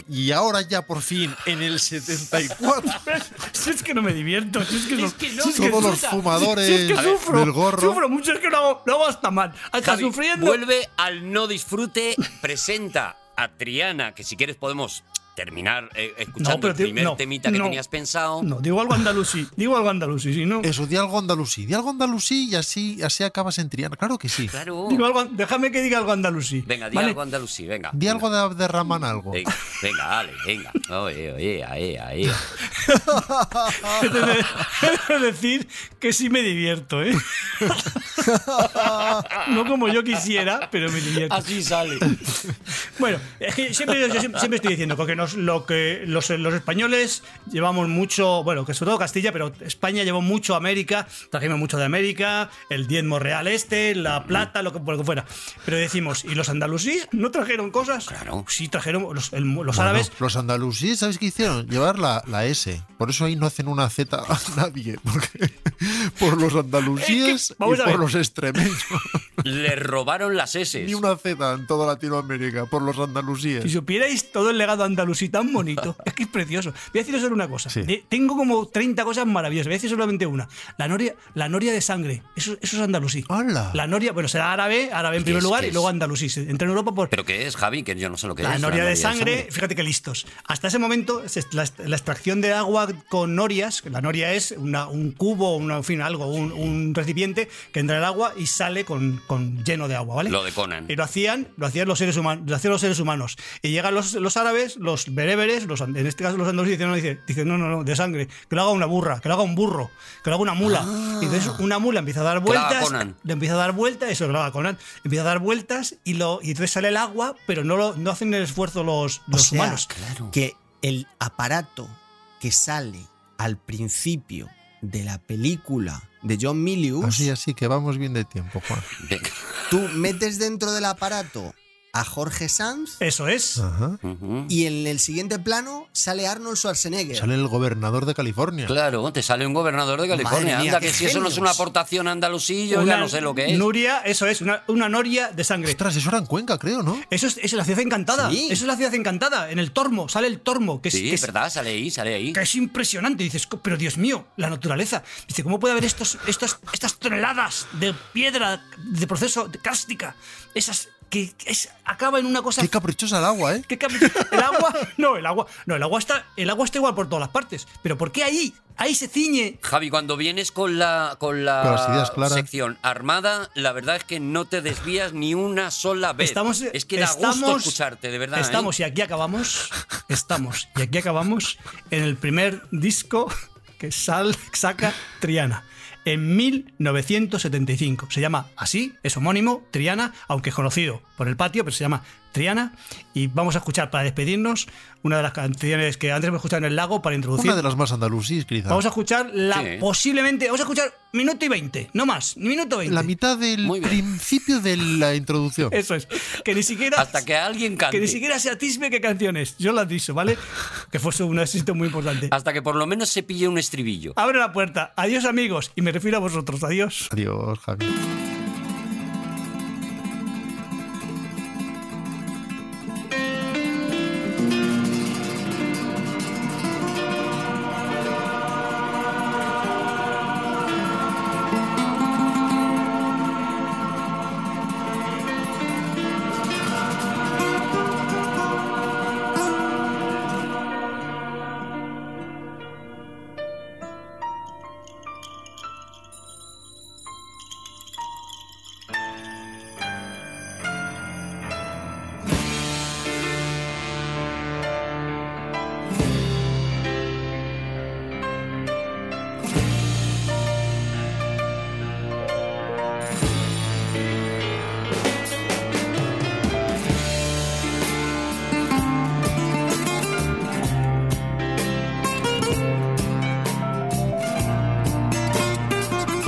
C: y, y ahora ya por fin, en el 74,
D: Si es que no me divierto, si es que, no, si es que
C: todos los
D: disfruta,
C: fumadores
D: si es que sufro,
C: del gorro.
D: sufro mucho, es que lo hago, lo hago hasta mal, hasta
B: Javi,
D: sufriendo.
B: Vuelve al no disfrute, presenta a Triana, que si quieres podemos terminar eh, escuchando
D: pero
B: el
D: tío,
B: primer
D: no,
B: temita que
D: no.
B: tenías pensado.
D: No, digo algo andalusí, digo algo andalusí, si no.
C: Eso, di algo andalusí. Di algo andalusí y así, así acabas en Triana. Claro que sí.
B: Claro.
D: Digo algo, déjame que diga algo andalusí.
B: Venga, di
D: ¿vale?
B: algo andalusí, venga.
C: Di algo de Abderramán algo.
B: Venga, venga, dale, venga. Oye, oye, oye, oye.
D: He de- he de decir que sí me divierto, ¿eh? no como yo quisiera, pero me divierto.
B: Así sale.
D: Bueno, es que siempre, yo siempre- siempre estoy diciendo que, nos, lo que los, los españoles llevamos mucho, bueno, que sobre todo Castilla, pero España llevó mucho a América, trajimos mucho de América, el diezmo real este, la plata, lo que, por lo que fuera. Pero decimos, ¿y los andalusíes no trajeron cosas?
B: Claro.
D: Sí, trajeron los, el- los
C: Bueno,
D: árabes.
C: Los andalusíes, ¿sabes qué hicieron? Llevar la, la S. Por eso ahí no hacen una Z a nadie. Porque por los andalusíes
D: vamos
C: y
D: a
C: por
D: ver.
C: los extremeños.
B: Le robaron las S.
C: Ni una Z en toda Latinoamérica. Por los andalusíes.
D: Si supierais todo el legado andalusí tan bonito, es que es precioso. Voy a deciros solo una cosa.
C: Sí.
D: De- Tengo como 30 cosas maravillosas, voy a decir solamente una. La noria, la noria de sangre, eso, eso es andalusí.
C: ¡Hala!
D: La noria, bueno, será árabe, árabe en
B: ¿Qué
D: primer
B: es,
D: lugar
B: qué
D: y
B: es?
D: luego andalusí. Se Entra en Europa por
B: ¿Pero qué es, Javi? Que yo no sé lo que
D: la
B: es.
D: noria de sangre, fíjate que listos. Hasta ese momento, se- la, la extracción de agua con norias, que la noria es una- un cubo, una, en fin, algo, un, un recipiente que entra el agua y sale con, con lleno de agua, ¿vale?
B: Lo de Conan.
D: Y lo hacían, lo hacían los seres humanos, lo hacían los seres humanos. Y llegan los, los árabes, los bereberes, los, and- en este caso los andalusíes, dicen, no, dicen, dicen, no, no, no, de sangre, que lo haga una burra, que lo haga un burro, que lo haga una mula. Y entonces una mula empieza a dar
B: Ah. Que lo haga
D: vueltas,
B: Conan.
D: le empieza a dar vueltas, eso que lo haga Conan, empieza a dar vueltas y lo y entonces sale el agua, pero no lo, no hacen el esfuerzo los,
F: O
D: los
F: sea,
D: humanos.
F: que el aparato que sale al principio de la película de John Milius,
C: Así, así, que vamos bien de tiempo, Juan.
G: Venga.
F: tú metes dentro del aparato a Jorge Sanz
D: Eso es.
B: Ah.
C: Ajá.
G: Ujú.
F: y en el siguiente plano sale Arnold Schwarzenegger.
C: Sale el gobernador de California.
B: Claro, te sale un gobernador de
F: Madre
B: California.
F: mía,
B: Anda,
F: qué
B: que si eso no es una
F: genios.
B: aportación andalusillo,
D: Una
B: ya no sé lo que es.
D: Nuria, eso es, una, una noria de sangre.
C: Ostras, eso era en Cuenca, creo, ¿no?
D: Eso es, eso es la ciudad encantada.
F: Sí.
D: Eso es la ciudad encantada. En el tormo, sale el tormo, que es,
B: Sí,
D: que
B: es
D: es,
B: verdad, sale ahí, sale ahí.
D: que es impresionante. Dices, "Co- pero Dios mío, la naturaleza. Dice, ¿cómo puede haber estos, estas, estas toneladas de piedra de proceso de cárstica? Esas que que es, acaba en una cosa.
C: Qué caprichosa el agua, ¿eh?
D: ¿Qué cambio? El agua, no, el agua, no, el agua está, el agua está igual por todas las partes. Pero ¿por qué ahí, ahí se ciñe?
B: Javi, cuando vienes con la, con
C: Con las ideas
B: la
C: claras.
B: sección armada, la verdad es que no te desvías ni una sola vez.
D: Estamos, eh,
B: es que da gusto
D: estamos-
B: escucharte, de verdad. ¿eh?
D: Estamos y aquí acabamos, estamos y aquí acabamos en el primer disco que sal, saca Triana en 1975. Se llama así, es homónimo, Triana, aunque es conocido por el patio, pero se llama Triana. Y vamos a escuchar para despedirnos una de las canciones que antes hemos escuchado en el lago para introducir.
C: Una de las más andalusíes, quizás.
D: Vamos a escuchar la
B: Sí.
D: posiblemente. Vamos a escuchar minuto y veinte, no más, ni minuto veinte.
C: La mitad del
B: Muy bien.
C: principio de la introducción.
D: Eso es. Que ni siquiera.
B: Hasta que alguien cante.
D: Que ni siquiera se atisbe qué canciones. Yo las dicho, ¿vale? Que fue un éxito muy importante.
B: Hasta que por lo menos se pille un estribillo.
D: Abre la puerta. Adiós, amigos. Y me refiero a vosotros. Adiós.
C: Adiós, Javi.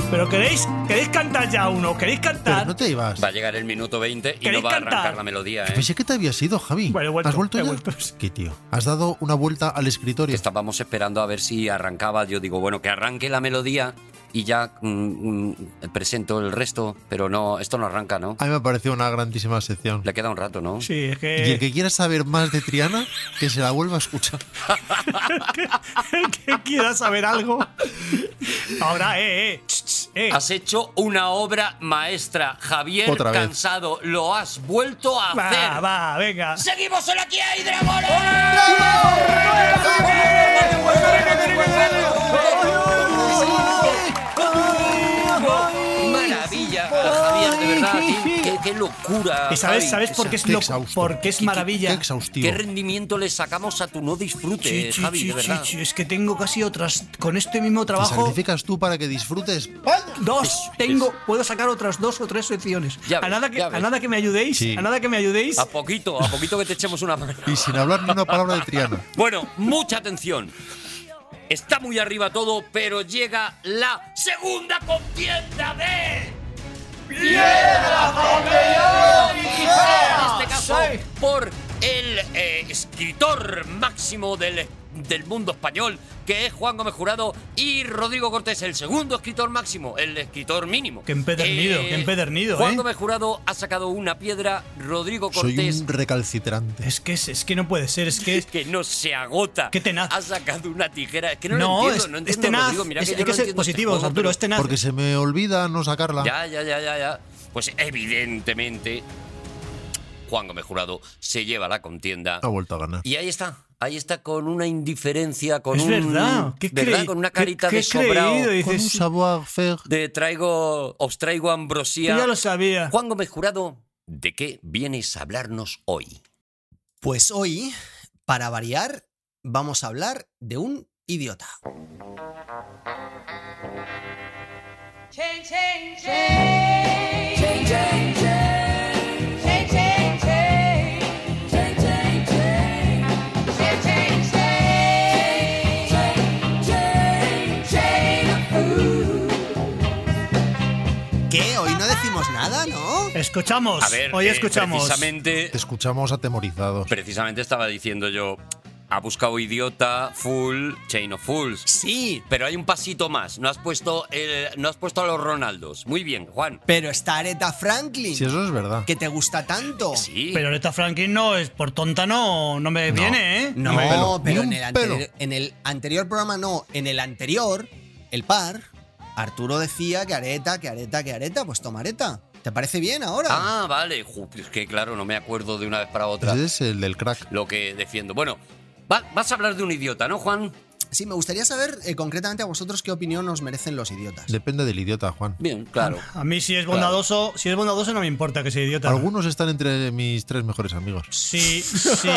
D: Pero queréis, queréis cantar ya uno. Queréis cantar.
C: Pero no te ibas.
B: Va a llegar el minuto 20 y no
D: ¿Queréis
B: va a arrancar
D: cantar?
B: la melodía,
C: Que
B: ¿eh?
C: Pensé que te habías ido, Javi.
D: Bueno, he vuelto,
C: ¿Has vuelto
D: he
C: ya?
D: vuelto.
C: ¿Qué tío? Has dado una vuelta al
B: Que
C: escritorio.
B: estábamos esperando a ver si arrancaba. Yo digo, bueno, que arranque la melodía y ya mm, mm, presento el resto, pero no, esto no arranca, ¿no?
C: A mí me pareció una grandísima sección.
B: Le queda un rato, ¿no?
D: Sí, es
C: Y el
D: que.
C: que quiera saber más de Triana, que se la vuelva a escuchar.
D: El que quiera saber algo. Ahora, eh, eh. ch, ch, eh.
B: Has hecho una obra maestra, Javier
C: Otra vez.
B: Cansado. Lo has vuelto a
D: Va,
B: hacer.
D: va, venga.
B: Seguimos en aquí hay dragones. Maravilla, Javier, de verdad. Qué, qué- qué locura.
D: ¿Y sabes,
B: Javi.
D: sabes por qué es
C: Qué
D: loco?
C: exhausto.
D: Porque es
C: Qué- qué- Qué Eh,
D: maravilla.
C: exhaustivo.
B: Qué rendimiento le sacamos a tu no
D: Sí,
B: disfrute,
D: sí,
B: Javi,
D: sí,
B: de
D: sí,
B: verdad.
D: sí, es que tengo casi otras. Con este mismo
C: Te
D: trabajo.
C: sacrificas tú para que disfrutes.
D: Dos, tengo, puedo sacar otras dos o tres secciones.
B: Ya
D: a,
B: ves,
D: nada que,
B: ya
D: a
B: ves. Ah.
D: nada que me ayudéis,
C: Sí.
D: a nada que me ayudéis.
B: A poquito, a poquito que te echemos una mano.
C: Y sin hablar ni una palabra de Triana.
B: Bueno, mucha atención. Está muy arriba todo, pero llega la segunda contienda de. ¡Piedra, papel, En este caso, por el eh, escritor máximo del, del mundo español, que es Juan Gómez Jurado, y Rodrigo Cortés, el segundo escritor máximo, el escritor mínimo.
D: Qué empedernido, qué empedernido,
B: Juan
D: ¿eh?
B: Gómez Jurado ha sacado una piedra, Rodrigo
C: Soy
B: Cortés
C: un recalcitrante.
D: Es que es, es que no puede ser, es que
B: que no se agota.
D: Qué tenaz.
B: Ha sacado una tijera. Es que no,
D: No,
B: lo entiendo,
D: es-
B: no
D: es
B: entiendo.
D: tenaz,
B: Rodrigo, mira
D: es-
B: que yo
D: hay que
B: no
D: ser
B: entiendo este
D: positivos,
B: juego,
D: Arturo,
B: pero-
D: es tenaz.
C: Porque se me olvida no sacarla.
B: Ya, ya, ya, ya, ya. Pues evidentemente, Juan Gómez Jurado se lleva la contienda.
D: Oh.
C: Ha vuelto a ganar.
B: Y ahí está. Ahí está con una indiferencia, con
D: es
B: un.
D: verdad. ¿Qué
B: ¿verdad?
D: creí-
B: Con una
D: qué-
B: carita
D: qué
B: de sobrado.
D: creído,
C: Con un
D: dices,
C: savoir-faire.
B: De traigo. Os traigo ambrosía.
D: yo ya lo sabía.
B: Juan Gómez Jurado, ¿de qué vienes a hablarnos hoy?
F: Pues hoy, para variar, vamos a hablar de un idiota.
I: Chain, chain, chain,
F: escuchamos nada, ¿no?
D: Escuchamos.
B: A ver,
D: Pues Hoy
B: eh,
D: escuchamos.
B: precisamente,
C: Te escuchamos atemorizados.
B: Pues precisamente estaba diciendo yo, ha buscado idiota, full, chain of fools.
F: Sí,
B: Pero hay un pasito más. No has puesto, el- no has puesto a los Ronaldos. Muy bien, Juan.
F: pero está Aretha Franklin,
C: Si eso es verdad.
F: que te gusta tanto.
B: Sí.
D: Pero Aretha Franklin no es por tonta, no, no me viene, ¿eh?
F: No,
C: Ni un pelo,
F: pero en
C: ni
F: el,
C: un
F: anterior,
C: pelo.
F: en el anterior programa no, en el anterior, el par, Arturo decía que Areta, que Areta, que Areta, pues toma Areta. ¿Te parece bien ahora?
B: Ah, vale. Ju, Es que claro, no me acuerdo de una vez para otra
C: Ese es el del crack.
B: lo que defiendo. Bueno, va- vas a hablar de un idiota, ¿no, Juan?
F: Sí, me gustaría saber eh, concretamente a vosotros qué opinión os merecen los idiotas.
C: Depende del idiota, Juan.
B: Bien, claro.
D: A mí si es bondadoso, si es bondadoso no me importa que sea idiota.
C: Algunos están entre mis tres mejores amigos.
D: Si, si,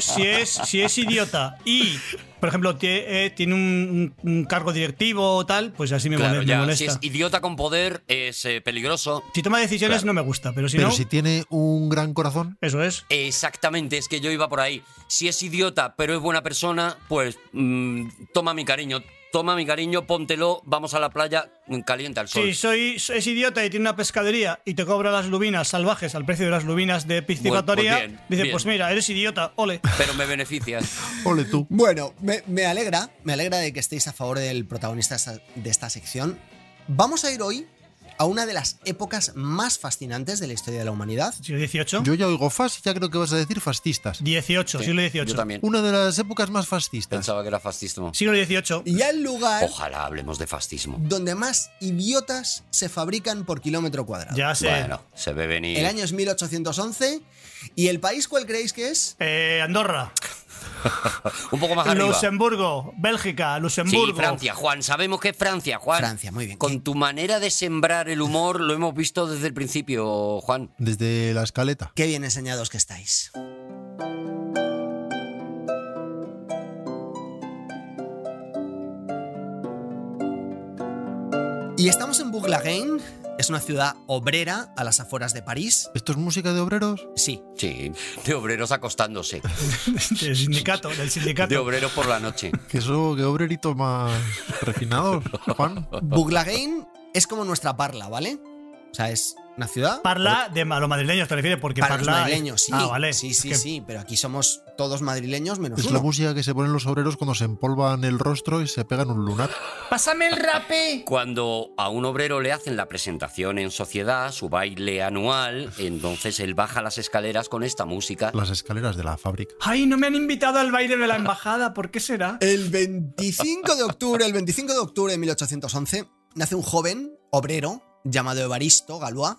D: si, es, si es idiota y, por ejemplo, tie- eh, tiene un, un- un cargo directivo o tal, pues así me
B: Claro,
D: mole- me
B: ya,
D: molesta.
B: Si
D: Si,
B: es idiota con poder, es eh, peligroso.
D: toma decisiones
B: Claro.
D: no me gusta, pero si
C: Pero
D: no,
C: si tiene un gran corazón,
D: eso es.
B: Exactamente, es que yo iba por ahí. Si es idiota, pero es buena persona, pues mm, toma mi cariño, toma mi cariño, póntelo, vamos a la playa, mm, calienta el sol.
D: Si soy, es idiota y tiene una pescadería y te cobra las lubinas salvajes al precio de las lubinas de piscifactoría,
B: Bueno, pues bien,
D: dice,
B: bien.
D: pues mira, eres idiota, ole.
B: Pero me beneficias.
C: ole tú.
F: Bueno, me, me alegra, me alegra de que estéis a favor del protagonista esta- de esta sección. Vamos a ir hoy a una de las épocas más fascinantes de la historia de la humanidad.
D: Siglo XVIII.
C: Yo ya oigo fas y ya creo que vas a decir fascistas.
D: 18, siglo XVIII.
B: Yo también
C: Una de las épocas más fascistas.
B: pensaba que era fascismo.
D: Siglo XVIII.
F: Y el lugar
B: Ojalá hablemos de fascismo.
F: donde más idiotas se fabrican por kilómetro cuadrado.
D: Ya sé.
B: Bueno, se ve venir.
F: El año es 1811 y el país cuál creéis que es?
D: Eh, Andorra,
B: Un poco más arriba.
D: Luxemburgo, Bélgica, Luxemburgo.
B: Sí, Francia, Juan. Sabemos que es Francia, Juan.
F: Francia, muy bien.
B: Con tu manera de sembrar el humor lo hemos visto desde el principio, Juan.
C: Desde la escaleta.
F: Qué bien enseñados que estáis. Y estamos en Bourg-la-Reine, es una ciudad obrera a las afueras de París.
C: ¿Esto es música de obreros?
F: Sí,
B: Sí, de obreros acostándose,
D: Del sindicato, del
B: de
D: sindicato.
B: obreros por la noche.
C: Que eso, que obreritos más refinados, Juan.
F: Bourg-la-Reine es como nuestra Parla, ¿vale? O sea, es una ciudad
D: Parla de a los madrileños, te refieres, porque
F: para los
D: parla.
F: madrileños, sí.
D: Ah, vale.
F: Sí, sí,
D: Es que-
F: sí, pero aquí somos todos madrileños menos
C: Es
F: uno.
C: la música que se ponen los obreros cuando se empolvan el rostro y se pegan un lunar.
J: ¡Pásame el rape!
B: Cuando a un obrero le hacen la presentación en sociedad, su baile anual, entonces él baja las escaleras con esta música.
C: Las escaleras de la fábrica.
D: Ay, no me han invitado al baile de la embajada, ¿por qué será?
F: El 25 de octubre, el 25 de octubre de 1811, nace un joven obrero llamado Evaristo Galois.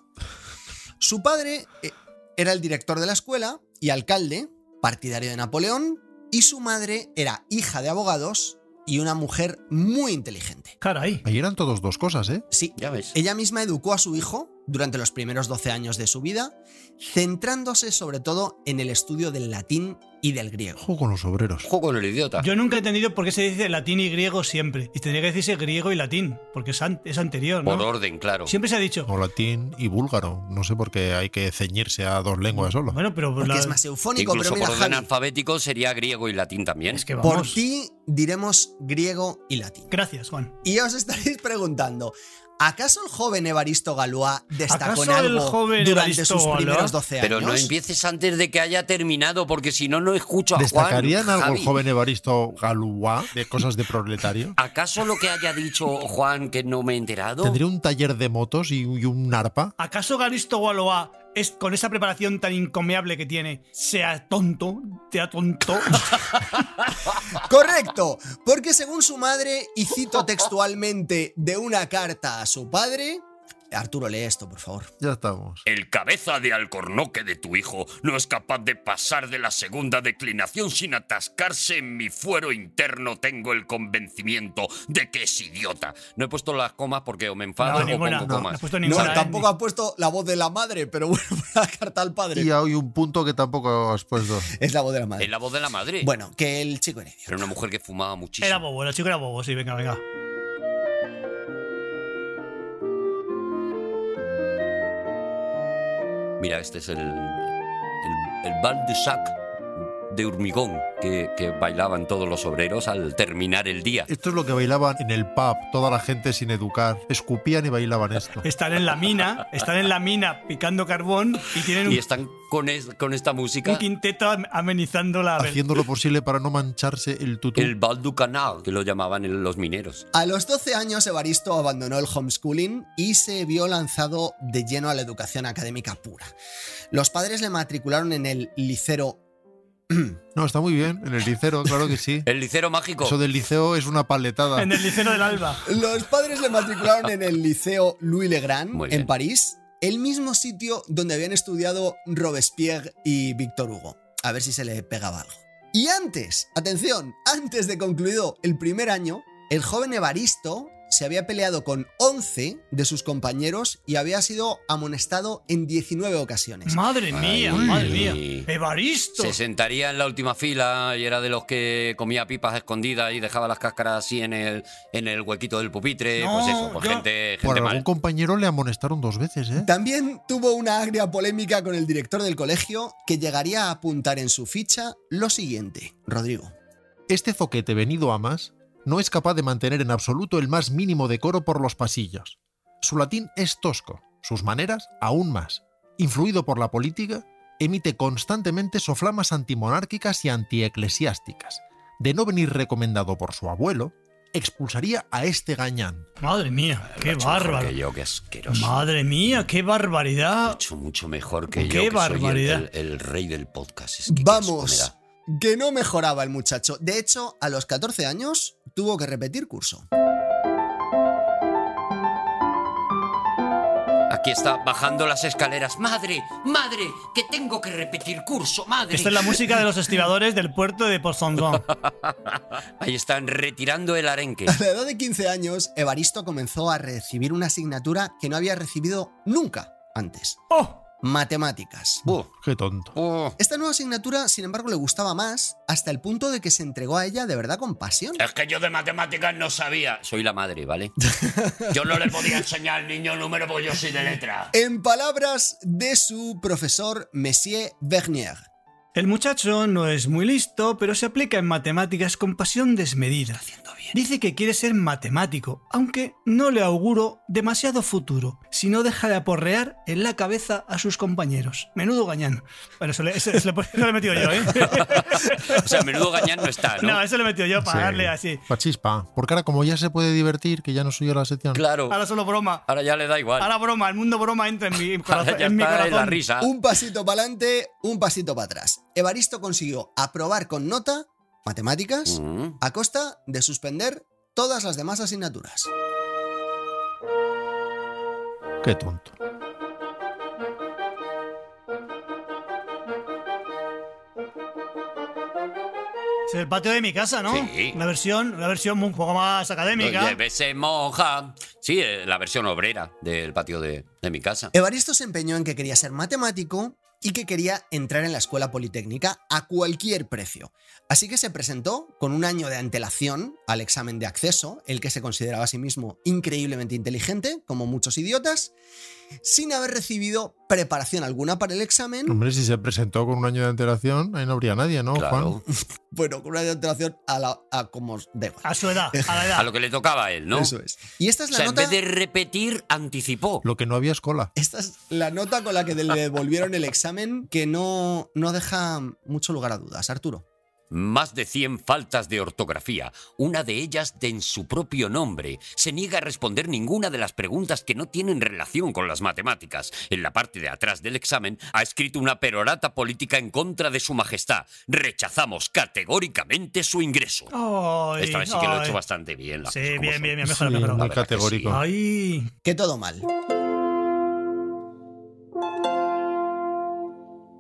F: Su padre eh, era el director de la escuela y alcalde, partidario de Napoleón, y su madre era hija de abogados y una mujer muy inteligente.
D: Caray.
C: Ahí eran todos dos cosas, ¿eh?
F: Sí,
B: Ya ves.
F: ella misma educó a su hijo durante los primeros 12 años de su vida, centrándose sobre todo en el estudio del latín y del griego.
C: Ojo con los obreros.
B: Juego con el idiota.
D: Yo nunca he entendido por qué se dice latín y griego siempre. Y tendría que decirse griego y latín, porque es, an- es anterior,
B: Por
D: ¿no?
B: orden, claro.
D: Siempre se ha dicho.
C: O latín y búlgaro. No sé por qué hay que ceñirse a dos lenguas solo.
D: Bueno, pero
F: Porque
D: la-
F: es más eufónico,
B: Pues Incluso
F: pero mira,
B: por orden
F: Javi,
B: alfabético sería griego y latín también.
D: es que
F: Por
D: vamos.
F: ti diremos griego y latín.
D: Gracias, Juan.
F: Y ya os estaréis preguntando, ¿acaso el joven Evaristo Galois destacó en
D: ¿Acaso el
F: algo
D: joven
F: durante
D: Evaristo
F: sus
D: Galois?
F: primeros 12 años?
B: Pero no empieces antes de que haya terminado, porque si no, no escucho a
C: ¿Destacarían
B: Juan.
C: algo
B: Javi.
C: el joven Evaristo Galuá de cosas de proletario?
B: ¿Acaso lo que haya dicho Juan que no me he enterado?
C: ¿Tendría un taller de motos y, y un arpa?
D: ¿Acaso Garisto Gualoa es con esa preparación tan incomeable que tiene, sea tonto, sea tonto?
F: Correcto, porque según su madre, y cito textualmente de una carta a su padre... Arturo, lee esto, por favor.
C: Ya estamos.
K: El cabeza de alcornoque de tu hijo no es capaz de pasar de la segunda declinación sin atascarse en mi fuero interno. Tengo el convencimiento de que es idiota.
B: No he puesto las comas porque o me enfado
D: No,
B: o
D: ninguna.
B: pongo
D: No, no he
B: comas.
D: puesto
F: No,
D: ninguna. ¿eh?
F: tampoco ha puesto la voz de la madre, pero bueno, la carta al
C: Y
B: Eh,
F: padre.
C: hay un punto que tampoco has puesto.
F: Es la voz de la madre.
B: Es la voz de la madre.
F: Bueno, que el chico era idiota.
B: Era una mujer que fumaba muchísimo.
D: Era bobo, el chico era bobo, sí, venga, venga.
B: Mira, este es el. El, el Val de Sac de hormigón que, que bailaban todos los obreros al terminar el día.
C: Esto es lo que bailaban en el pub, toda la gente sin educar. Escupían y bailaban esto.
D: Están en la mina, están en la mina picando carbón y tienen un,
B: Y están con, es- con esta
D: un
B: música.
D: quinteto am- amenizando la.
C: Haciendo lo posible para no mancharse el tutú.
B: El Val du Canal, que lo llamaban el- los mineros.
F: A los 12 años, Evaristo abandonó el homeschooling y se vio lanzado de lleno a la educación académica pura. Los padres le matricularon en el licero.
C: No, está muy bien. En el licero, claro que sí.
B: El licero mágico.
C: Eso del liceo es una paletada.
D: En el liceo del alba.
F: Los padres le matricularon en el liceo Louis le Grand
B: Muy bien.
F: en París, el mismo sitio donde habían estudiado Robespierre y Víctor Hugo. A ver si se le pegaba algo. Y antes, atención, antes de concluido el primer año, el joven Evaristo se había peleado con 11 de sus compañeros y había sido amonestado en 19 ocasiones.
D: Madre mía,
B: Ay.
D: madre mía. Evaristo.
B: Se sentaría en la última fila y era de los que comía pipas escondidas y dejaba las cáscaras así en el, en el huequito del pupitre.
D: No,
B: pues eso, pues
D: yo-
B: gente,
C: Por
B: gente
C: algún
B: mal.
C: compañero le amonestaron dos veces, ¿eh?
F: También tuvo una agria polémica con el director del colegio que llegaría a apuntar en su ficha lo siguiente, Rodrigo.
C: Este zoquete venido a más no es capaz de mantener en absoluto el más mínimo decoro por los pasillos. Su latín es tosco, sus maneras aún más. Influido por la política, emite constantemente soflamas antimonárquicas y antieclesiásticas. De no venir recomendado por su abuelo, expulsaría a este gañán.
D: Madre mía, qué
B: Mucho mejor
D: bárbaro.
B: Que yo, que asqueroso.
D: Madre mía, qué barbaridad.
B: Mucho, mucho mejor que
D: Qué
B: yo. que soy el-
D: barbaridad.
B: el, el rey del podcast. Es que qué Pues asco me
F: Vamos,
B: da.
F: que no mejoraba el muchacho. De hecho, a los 14 años tuvo que repetir curso.
B: Aquí está bajando las escaleras. Madre, madre, que tengo que repetir curso, madre.
D: Esta es la música de los estibadores del puerto de Pozondón.
B: Ahí están retirando el arenque.
F: A la edad de 15 años, Evaristo comenzó a recibir una asignatura que no había recibido nunca antes.
D: ¡Oh!
F: Matemáticas.
B: Buh,
C: Qué tonto.
B: buh.
F: Esta nueva asignatura, sin embargo, le gustaba más hasta el punto de que se entregó a ella de verdad con pasión.
B: Es que yo de matemáticas no sabía. Soy la madre, ¿vale? Yo no le podía enseñar al niño número porque yo soy de letra.
F: En palabras de su profesor Messier Bernier.
D: El muchacho no es muy listo, pero se aplica en matemáticas con pasión desmedida. Dice que quiere ser matemático, aunque no le auguro demasiado futuro, si no deja de aporrear en la cabeza a sus compañeros. Menudo gañán. Bueno, eso, le, eso- eso le- eso le he metido yo, ¿eh?
B: O sea, menudo gañán no está, ¿no?
D: No, eso le he metido yo para darle así.
C: Pa' chispa. Porque ahora, como ya se puede divertir, que ya no soy yo la sección.
B: Claro.
D: Ahora solo broma.
B: Ahora ya le da igual.
D: Ahora broma, el mundo broma entra en mi
B: Ahora
D: corazón.
B: ya
D: en mi
B: está en la
D: corazón.
B: risa.
F: Un pasito para adelante, un pasito para atrás. Evaristo consiguió aprobar con nota matemáticas
B: Mm.
F: a costa de suspender todas las demás asignaturas.
C: Qué tonto.
D: Es el patio de mi casa, ¿no?
B: Sí.
D: La versión, la versión un poco más académica.
B: Llévese moja. Sí, eh, la versión obrera del patio de, de mi casa.
F: Evaristo se empeñó en que quería ser matemático y que quería entrar en la escuela politécnica a cualquier precio. Así que se presentó con un año de antelación al examen de acceso, el que se consideraba a sí mismo increíblemente inteligente, como muchos idiotas, sin haber recibido preparación alguna para el examen,
C: Hombre, si se presentó con un año de antelación, ahí no habría nadie, ¿no, Juan?
B: Claro.
F: bueno, con una antelación a, la, a como da igual.
D: A su edad, a la edad.
B: A lo que le tocaba a él, ¿no?
F: Eso es. Y esta es
B: O
F: la
B: sea, en
F: nota...
B: vez de repetir, anticipó.
C: Lo que no había es cola.
F: Esta es la nota con la que le devolvieron el examen que no, no deja mucho lugar a dudas, Arturo.
B: Más de 100 faltas de ortografía, una de ellas de en su propio nombre. Se niega a responder ninguna de las preguntas que no tienen relación con las matemáticas. En la parte de atrás del examen ha escrito una perorata política en contra de su majestad. Rechazamos categóricamente su ingreso.
D: Ay,
B: Esta vez sí que lo he hecho
D: ay.
B: bastante bien. las
D: Sí,
B: cosas como
D: bien,
B: son.
D: bien, bien,
C: Sí,
D: mejor, mejor.
C: muy
B: La verdad que
C: categórico.
B: sí.
D: Ay,
F: Que todo mal.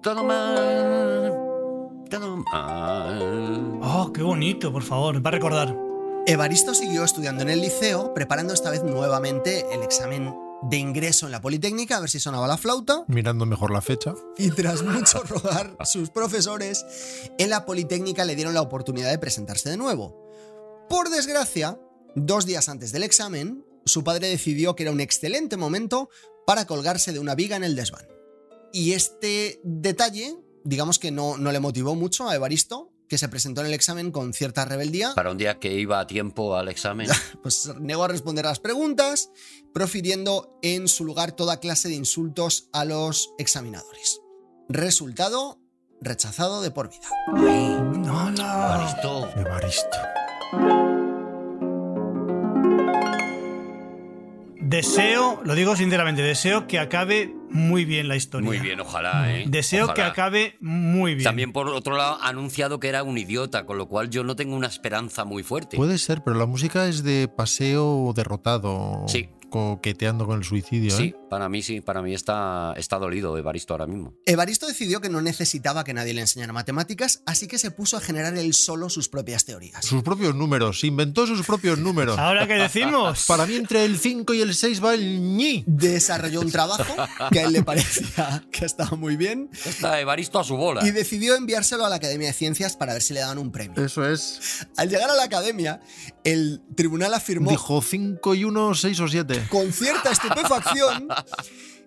B: Todo mal. Todo mal.
D: oh, qué bonito, por favor, va a recordar.
F: Evaristo siguió estudiando en el liceo, preparando esta vez nuevamente el examen de ingreso en la Politécnica, a ver si sonaba la flauta.
C: Mirando mejor la fecha.
F: Y tras mucho rogar sus profesores, en la Politécnica le dieron la oportunidad de presentarse de nuevo. Por desgracia, dos días antes del examen, su padre decidió que era un excelente momento para colgarse de una viga en el desván. Y este detalle digamos que no, no le motivó mucho a Evaristo, que se presentó en el examen con cierta rebeldía,
B: Para un día que iba a tiempo al examen.
F: pues se negó a responder a las preguntas, profiriendo en su lugar toda clase de insultos a los examinadores. Resultado, rechazado de por vida.
D: No, no.
B: Evaristo.
C: Evaristo.
D: Deseo, lo digo sinceramente, deseo que acabe muy bien la historia.
B: Muy bien, ojalá, ¿eh?
D: Deseo que
B: Ojalá.
D: acabe muy bien.
B: También, por otro lado, ha anunciado que era un idiota, con lo cual yo no tengo una esperanza muy fuerte.
C: Puede ser, pero la música es de paseo derrotado,
B: Sí.
C: coqueteando con el suicidio.
B: Sí,
C: ¿eh?
B: para mí sí, para mí está, está dolido Evaristo ahora mismo.
F: Evaristo decidió que no necesitaba que nadie le enseñara matemáticas, así que se puso a generar él solo sus propias teorías.
C: Sus propios números, inventó sus propios números.
B: Ah.
D: ¿Ahora qué decimos?
C: Para mí entre el 5 y el 6 va el ñi.
F: Desarrolló un trabajo que a él le parecía que estaba muy bien
B: Está Evaristo a su bola.
F: y decidió enviárselo a la Academia de Ciencias para ver si le daban un premio.
C: Eso es.
F: Al llegar a la Academia, el tribunal afirmó
C: Dijo 5 y 1, 6 o 7.
F: con cierta estupefacción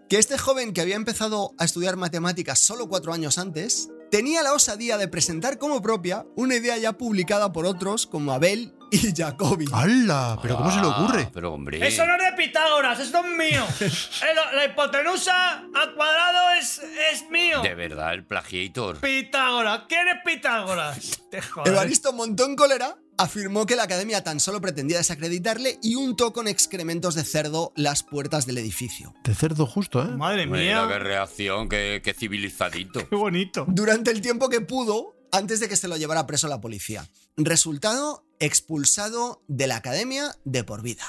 F: que este joven que había empezado a estudiar matemáticas solo cuatro años antes tenía la osadía de presentar como propia una idea ya publicada por otros como Abel y Jacobi.
C: Ah, ¡Hala! ¿Pero cómo se le ocurre?
B: Ah, Pero hombre.
L: Eso no es de Pitágoras, eso es mío. Eh, lo- La hipotenusa al cuadrado es, es mío.
B: De verdad, el plagiator.
L: Pitágoras, ¿quién es Pitágoras? Te jodas.
F: Evaristo montó en cólera, afirmó que la academia tan solo pretendía desacreditarle y untó con excrementos de cerdo las puertas del edificio.
C: De cerdo justo, ¿eh?
D: Madre
B: Mira qué
D: mía.
B: reacción, qué, qué civilizadito.
D: Qué bonito.
F: Durante el tiempo que pudo, antes de que se lo llevara preso la policía. Resultado, expulsado de la academia de por vida.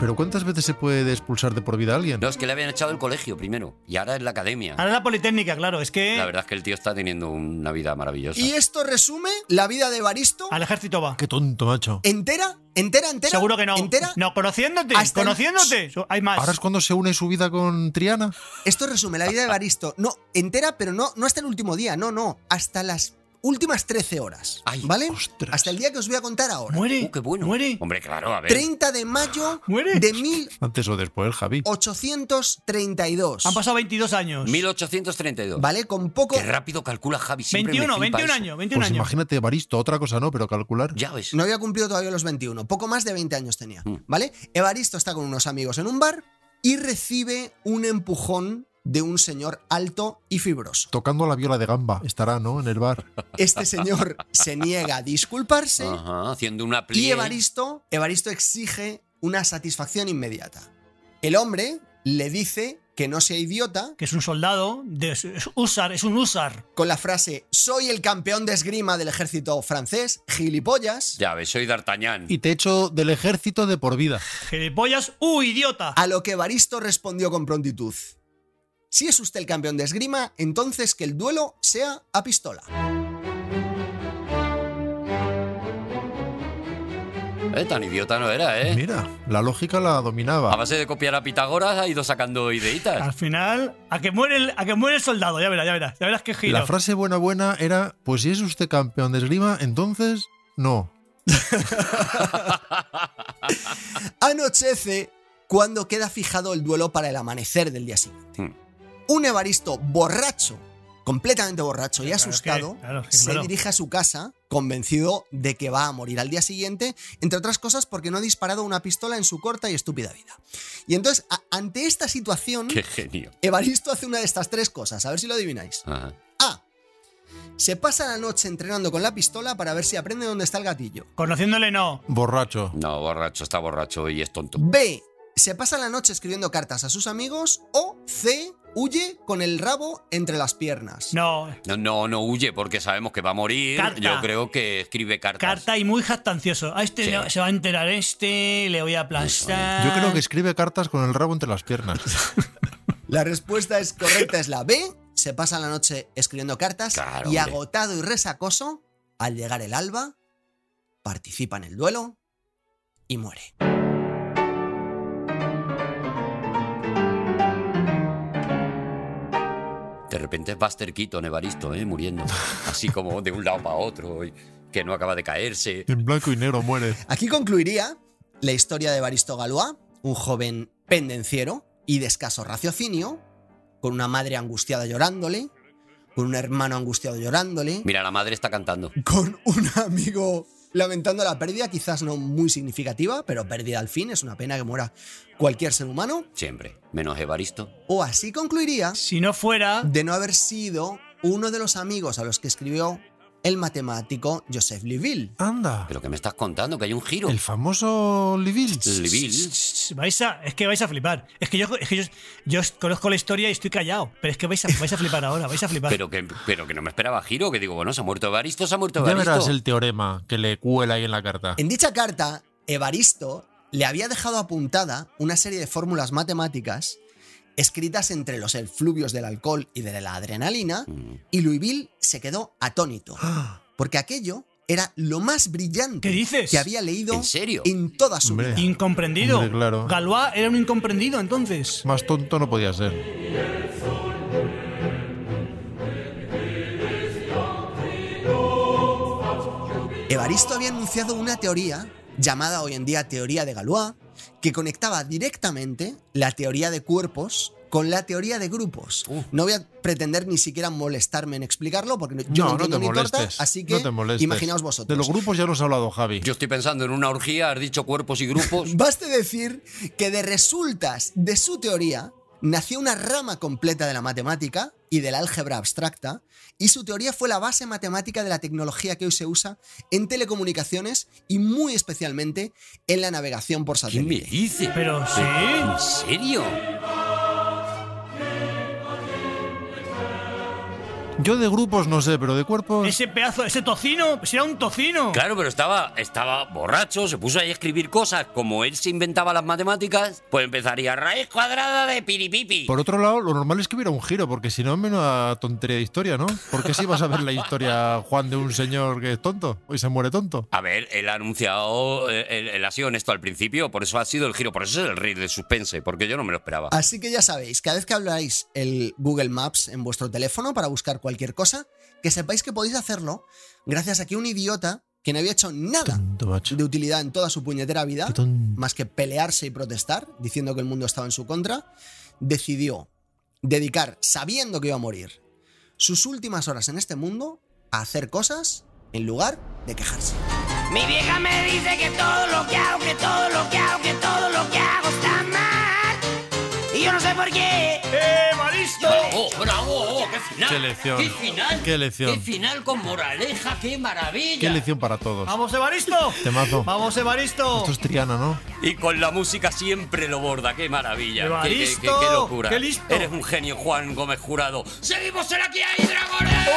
C: Pero ¿cuántas veces se puede expulsar de por vida a alguien?
B: No, es que le habían echado el colegio primero y ahora es la academia.
D: Ahora la Politécnica, claro, es que
B: La verdad es que el tío está teniendo una vida maravillosa.
F: Y esto resume la vida de Evaristo
D: al ejército va.
C: Qué tonto, macho.
B: Eh,
F: entera, entera, entera.
D: Seguro que no.
F: Entera.
D: No, conociéndote,
F: Hasta el-
D: conociéndote. Hay
B: ah,
D: más.
C: Ahora es cuando se une su vida con Triana.
F: Esto resume la vida de Evaristo. No, entera, pero no, no hasta el último día, no, no. Hasta las últimas 13 horas.
B: Ay,
F: ¿Vale?
C: ostras.
F: Hasta el día que os voy a contar ahora.
D: Muere.
B: Uh, qué bueno.
D: Muere.
B: Hombre, claro, a ver.
F: 30 de mayo
D: ¿Muere?
F: de 1832.
C: Antes o después, Javi.
B: pues
D: Han pasado 22 años.
B: 1832.
F: ¿Vale? Con poco.
B: Qué rápido calcula Javi. Siempre me
D: 21,
B: flipa
D: 21
B: eso.
D: años, 21
C: Pues
D: años.
C: imagínate, Evaristo, otra cosa no, pero calcular.
B: Ya ves.
F: No había cumplido todavía los 21, poco más de 20 años tenía,
B: Mm.
F: ¿vale? Evaristo está con unos amigos en un bar y recibe un empujón de un señor alto y fibroso.
C: Tocando la viola de gamba. Estará, ¿no? En el bar.
F: Este señor se niega a disculparse
B: Ajá, haciendo una
F: y
B: plie.
F: Evaristo, Evaristo exige una satisfacción inmediata. El hombre le dice que no sea idiota
D: Que es un soldado. De, es usar, es un usar.
F: con la frase soy el campeón de esgrima del ejército francés, gilipollas,
B: Ya ves, soy D'Artagnan.
C: Y te echo del ejército de por vida.
D: Gilipollas, ¡uh, idiota!
B: Ah,
F: a lo que Evaristo respondió con prontitud. Si es usted el campeón de esgrima, entonces que el duelo sea a pistola.
B: Eh, tan idiota no era, ¿eh?
C: Mira, la lógica la
B: A
C: dominaba.
B: base de copiar a Pitágoras ha ido sacando ideitas.
D: Al final, a que muere el, a que muere el soldado, ya verás, ya verás. Ya verás qué giro.
C: La frase buena buena era, pues si es usted campeón de esgrima, entonces no.
F: Anochece cuando queda fijado el duelo para el amanecer del día siguiente.
B: Hmm.
F: Un Evaristo borracho, completamente borracho y
D: Claro, es que-
F: asustado,
D: claro, es que
F: se
D: claro.
F: dirige a su casa convencido de que va a morir al día siguiente, entre otras cosas porque no ha disparado una pistola en su corta y estúpida vida. Y entonces, a- ante esta situación,
B: Qué genio.
F: Evaristo hace una de estas tres cosas, a ver si lo adivináis.
B: Ajá.
F: A. Se pasa la noche entrenando con la pistola para ver si aprende dónde está el gatillo.
D: Conociéndole, no.
C: Borracho.
B: No, borracho, está borracho y es tonto.
F: B. Se pasa la noche escribiendo cartas a sus amigos. O C. Huye con el rabo entre las piernas.
D: No.
B: No, no, no huye porque sabemos que va a morir.
D: Carta.
B: Yo creo que escribe cartas.
D: Carta y muy jactancioso. A este
B: Sí.
D: le- se va a enterar este, le voy a aplastar.
C: Yo creo que escribe cartas con el rabo entre las piernas.
F: La respuesta es correcta, es la B. Se pasa la noche escribiendo cartas
B: Claro,
F: y
B: hombre.
F: agotado y resacoso, al llegar el alba, participa en el duelo y muere.
B: De repente es Buster Keaton, Evaristo, ¿eh? muriendo. Así como de un lado para otro, y que no acaba de caerse.
C: En blanco y negro muere.
F: Aquí concluiría la historia de Evaristo Galois, un joven pendenciero y de escaso raciocinio, con una madre angustiada llorándole, con un hermano angustiado llorándole,
B: Mira, la madre está cantando.
F: con un amigo lamentando la pérdida, quizás no muy significativa, pero pérdida al fin, es una pena que muera cualquier ser humano.
B: Siempre. Menos Evaristo.
F: O así concluiría
D: Si no fuera.
F: de no haber sido uno de los amigos a los que escribió el matemático Joseph Liouville.
C: Anda,
B: Pero que me estás contando que hay un giro.
C: el famoso Liville.
B: Liville.
D: Vais a, es que vais a flipar. Es que, yo, es que yo, yo os conozco la historia y estoy callado. Pero es que vais a, vais a flipar ahora, vais a flipar.
B: Pero que, pero que no me esperaba giro, que digo, bueno, se ha muerto Evaristo, se ha muerto
C: Ya
B: Evaristo.
C: verás el teorema que le cuela ahí en la carta.
F: En dicha carta, Evaristo le había dejado apuntada una serie de fórmulas matemáticas escritas entre los efluvios del alcohol y de la adrenalina,
B: Mm.
F: y Louisville se quedó atónito,
C: Ah.
F: porque aquello era lo más brillante
D: ¿Qué dices?
F: que había leído
B: ¿En serio?
F: en toda su
C: Hombre.
F: vida.
D: Incomprendido.
C: Hombre, claro.
D: Galois era un incomprendido entonces.
C: Más tonto no podía ser.
F: Evaristo había anunciado una teoría, llamada hoy en día teoría de Galois, que conectaba directamente la teoría de cuerpos con la teoría de grupos.
B: Uh.
F: No voy a pretender ni siquiera molestarme en explicarlo, porque yo no,
C: No, no
F: entiendo
C: te
F: ni torta,
C: molestes.
F: así
C: no
F: que
C: te molestes.
F: imaginaos
C: De
F: vosotros.
C: los grupos ya nos ha hablado Javi.
B: Yo estoy pensando en una orgía, has dicho cuerpos y grupos.
F: Baste decir que de resultas de su teoría nació una rama completa de la matemática y del álgebra abstracta, y su teoría fue la base matemática de la tecnología que hoy se usa en telecomunicaciones y muy especialmente en la navegación por
B: ¿Qué me
F: satélite.
B: dice?
D: Pero sí.
B: ¿En serio?
C: Yo de grupos no sé, pero de cuerpos.
D: Ese pedazo, ese tocino, si era un tocino.
B: Claro, pero estaba, estaba borracho, se puso ahí a escribir cosas. Como él se inventaba las matemáticas, pues empezaría raíz cuadrada de piripipi.
C: Por otro lado, lo normal es que hubiera un giro, porque si no, menos tontería de historia, ¿no? Porque si vas a ver la historia, Juan, de un señor que es tonto y se muere tonto.
B: A ver, él ha anunciado, eh, él, él ha sido honesto al principio, por eso ha sido el giro, por eso es el rey del suspense, porque yo no me lo esperaba.
F: Así que ya sabéis, cada vez que habláis el Google Maps en vuestro teléfono para buscar cualquier cosa, que sepáis que podéis hacerlo gracias a que un idiota que no había hecho nada
C: Tonto, macho.
F: de utilidad en toda su puñetera vida,
C: Qué tonto.
F: más que pelearse y protestar, diciendo que el mundo estaba en su contra, decidió dedicar, sabiendo que iba a morir, sus últimas horas en este mundo a hacer cosas en lugar de quejarse.
I: Mi vieja me dice que todo lo que hago, que todo lo que hago, que todo lo que hago está mal. Y yo no sé por qué.
L: ¡Eh, Maristo!
B: ¡Bravo,
I: "Oh,
B: bravo! ¡Qué final!
C: Qué lección.
B: ¡Qué final!
C: Qué lección.
B: ¡Qué final con moraleja! ¡Qué maravilla!
C: Qué lección para todos.
L: ¡Vamos, Evaristo!
C: Temazo.
L: ¡Vamos, Evaristo!
C: Esto es Triana, ¿no?
B: Y con la música siempre lo borda, qué maravilla.
L: Pero
B: Qué, qué-
L: listo,
B: qué- qué locura.
L: qué listo.
B: Eres un genio, Juan Gómez Jurado. ¡Seguimos en aquí hay dragones!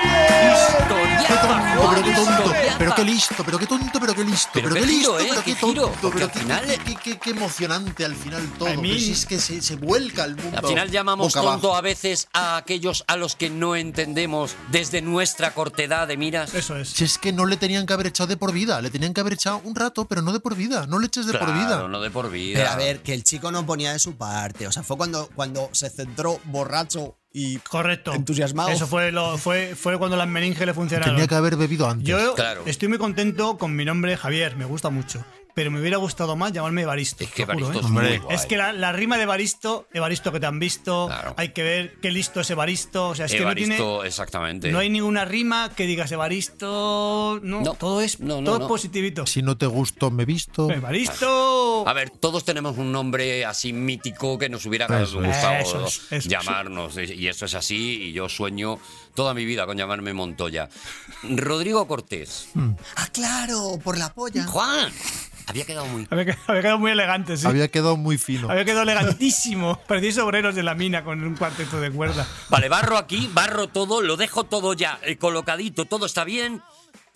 C: Qué
B: ¡Historia!
C: tonto, pero qué tonto,
B: Historia.
C: pero qué listo, pero qué tonto, pero qué listo,
B: Pero qué
C: pero qué listo,
B: giro, ¿eh?
C: pero qué
B: Qué giro,
C: tonto,
B: porque
C: pero
B: al
C: qué-
B: final-
C: qué- qué- qué- qué emocionante al final todo.
D: A mí-
C: pero si es que se, se vuelca el mundo.
B: Al final llamamos
C: boca
B: tonto
C: abajo.
B: a veces a aquellos a los que no entendemos desde nuestra cortedad de miras.
D: Eso es.
C: Si es que no le tenían que haber echado de por vida, le tenían que haber echado un rato, pero no de por vida, no le eches de por
B: Claro,
C: vida.
B: no de por vida.
F: Pero a ver, que el chico no ponía de su parte. O sea, fue cuando, cuando se centró borracho y
D: Correcto.
F: Entusiasmado.
D: Eso fue, lo, fue, fue cuando las meninges le funcionaron.
C: Tenía que haber bebido antes.
D: Yo
B: Claro.
D: estoy muy contento con mi nombre Javier, me gusta mucho. Pero me hubiera gustado más llamarme Evaristo.
B: Es que
D: os juro,
B: Evaristo
D: ¿eh?
B: es
C: Hombre.
B: muy guay.
D: Es que la, la rima de Evaristo, Evaristo que te han visto,
B: Claro.
D: hay que ver qué listo es Evaristo. O sea, es que no
B: Evaristo,
D: tiene.
B: exactamente.
D: No hay ninguna rima que digas Evaristo. No,
B: No,
D: todo es,
B: no, no,
D: todo es
B: no.
D: positivito.
C: Si no te gustó, me he visto.
D: Evaristo.
B: A ver, todos tenemos un nombre así mítico que nos hubiera
C: Eso es.
B: gustado
D: Eso es, eso es.
B: llamarnos. eh, Y eso es así, y yo sueño toda mi vida con llamarme Montoya. Rodrigo Cortés.
F: ¡Ah, claro! ¡Por la polla!
B: Juan. Había quedado muy...
D: Había, que- había quedado muy elegante, sí.
C: Había quedado muy fino.
D: Había quedado elegantísimo. Parecéis obreros de la mina con un cuarteto de cuerda.
B: Vale, barro aquí, barro todo, lo dejo todo ya eh, colocadito, todo está bien.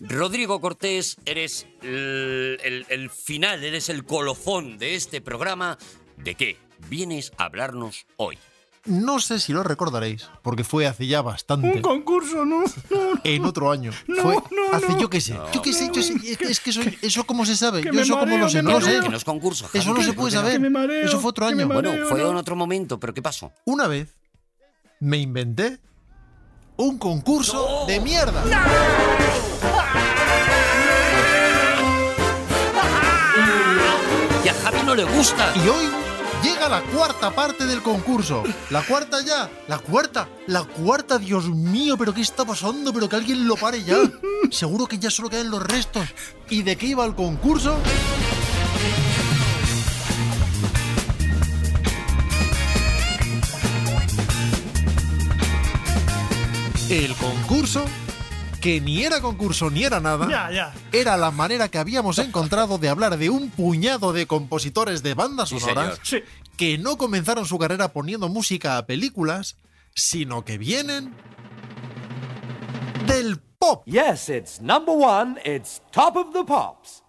B: Rodrigo Cortés, eres el, el- el final, eres el colofón de este programa. ¿De qué vienes a hablarnos hoy?
C: No sé si lo recordaréis, porque fue hace ya bastante.
D: Un concurso, ¿no? no, no.
C: En otro año.
D: No,
C: fue
D: no,
C: hace
D: no.
C: yo qué sé. Yo qué sé, yo sé. Es que, es que eso, eso cómo se sabe.
D: que
C: yo
D: me
C: eso cómo
D: mareo,
C: lo sé.
D: me
C: No lo
D: mareo.
C: sé.
B: Que no es concurso, Javi,
C: Eso no se
B: ¿por
C: puede
B: qué no?
C: saber.
D: Que me mareo,
C: Eso fue otro
D: que me
C: año.
D: mareo.
B: Bueno,
D: Creo,
B: fue
D: ¿no?
B: en otro momento, pero ¿qué pasó?
C: Una vez me inventé un concurso de mierda.
B: Y a Javi no le gusta.
C: Y hoy Llega la cuarta parte del concurso. La cuarta ya. La cuarta. La cuarta. Dios mío, pero ¿qué está pasando? Pero que alguien lo pare ya. Seguro que ya solo quedan los restos. ¿Y de qué iba el concurso? El concurso, que ni era concurso ni era nada,
D: Ya, ya.
C: era la manera que habíamos encontrado de hablar de un puñado de compositores de bandas
G: Sí,
C: sonoras
D: Sí.
C: que no comenzaron su carrera poniendo música a películas, sino que vienen del pop.
M: Yes, it's number one, it's top of the pops.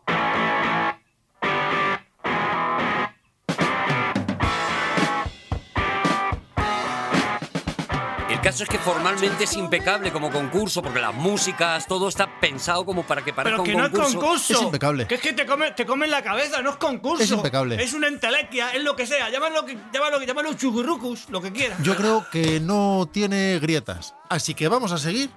B: El caso es que formalmente es impecable como concurso, porque las músicas, todo está pensado como para que parezca
D: Pero que
B: un
D: no es
B: concurso.
D: concurso.
C: Es impecable.
D: Que es que te come, te comen la cabeza, no es concurso.
C: Es impecable.
D: Es una entelequia, es lo que sea. Llámalo, que, llámalo, que- llámalo chugurrucus, lo que quieras.
C: Yo creo que no tiene grietas. Así que vamos a seguir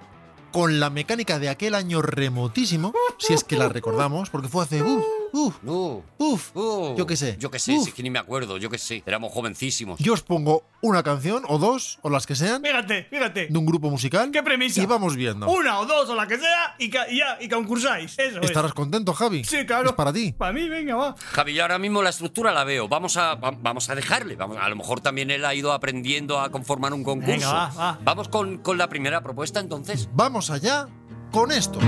C: con la mecánica de aquel año remotísimo, si es que la recordamos, porque fue hace... Uf, uf,
B: Uh,
C: uf.
B: uh,
C: Yo qué sé.
B: Yo qué sé,
C: Uf.
B: si es que ni me acuerdo, yo qué sé. Éramos jovencísimos.
C: Yo os pongo una canción o dos o las que sean
D: Fíjate, fíjate.
C: de un grupo musical
D: ¿Qué premisa?
C: y vamos viendo.
D: Una o dos o la que sea y, ca- y ya, y concursáis. Eso
C: ¿Estarás contento, Javi?
D: es. Sí, claro.
C: Es para ti.
D: Para mí, venga, va.
B: Javi, yo ahora mismo la estructura la veo. Vamos a, va- vamos a dejarle. Vamos, a lo mejor también él ha ido aprendiendo a conformar un concurso.
D: Venga, va, va.
B: Vamos con, con la primera propuesta
D: Pues-
B: entonces.
C: Vamos allá con esto.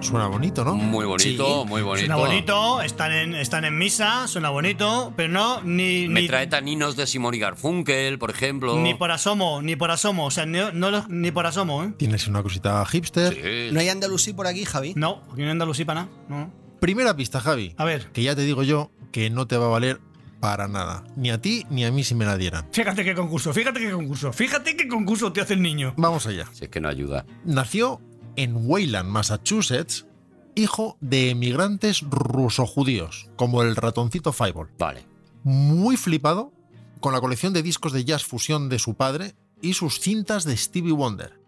C: Suena bonito, ¿no?
B: Muy bonito, muy bonito.
D: Suena bonito, están en, están en misa, suena bonito, pero no, ni,
B: Me
D: ni,
B: trae taninos de Simón y Garfunkel, por ejemplo.
D: ni por asomo, ni por asomo. O sea, ni, no los- ni por asomo, ¿eh?
C: Tienes una cosita hipster.
B: Sí.
F: ¿No hay andalusí por aquí, Javi?
D: No, aquí no Andalusí para nada. No.
C: Primera pista, Javi.
D: A ver,
C: Que ya te digo yo que no te va a valer para nada. Ni a ti ni a mí si me la dieran.
D: fíjate qué concurso, fíjate qué concurso, fíjate qué concurso te hace el niño.
C: Vamos allá.
B: Si es que no ayuda.
C: Nació en Wayland, Massachusetts, hijo de emigrantes ruso-judíos, como el ratoncito Fireball.
B: Vale.
C: muy flipado con la colección de discos de jazz fusión de su padre y sus cintas de Stevie Wonder,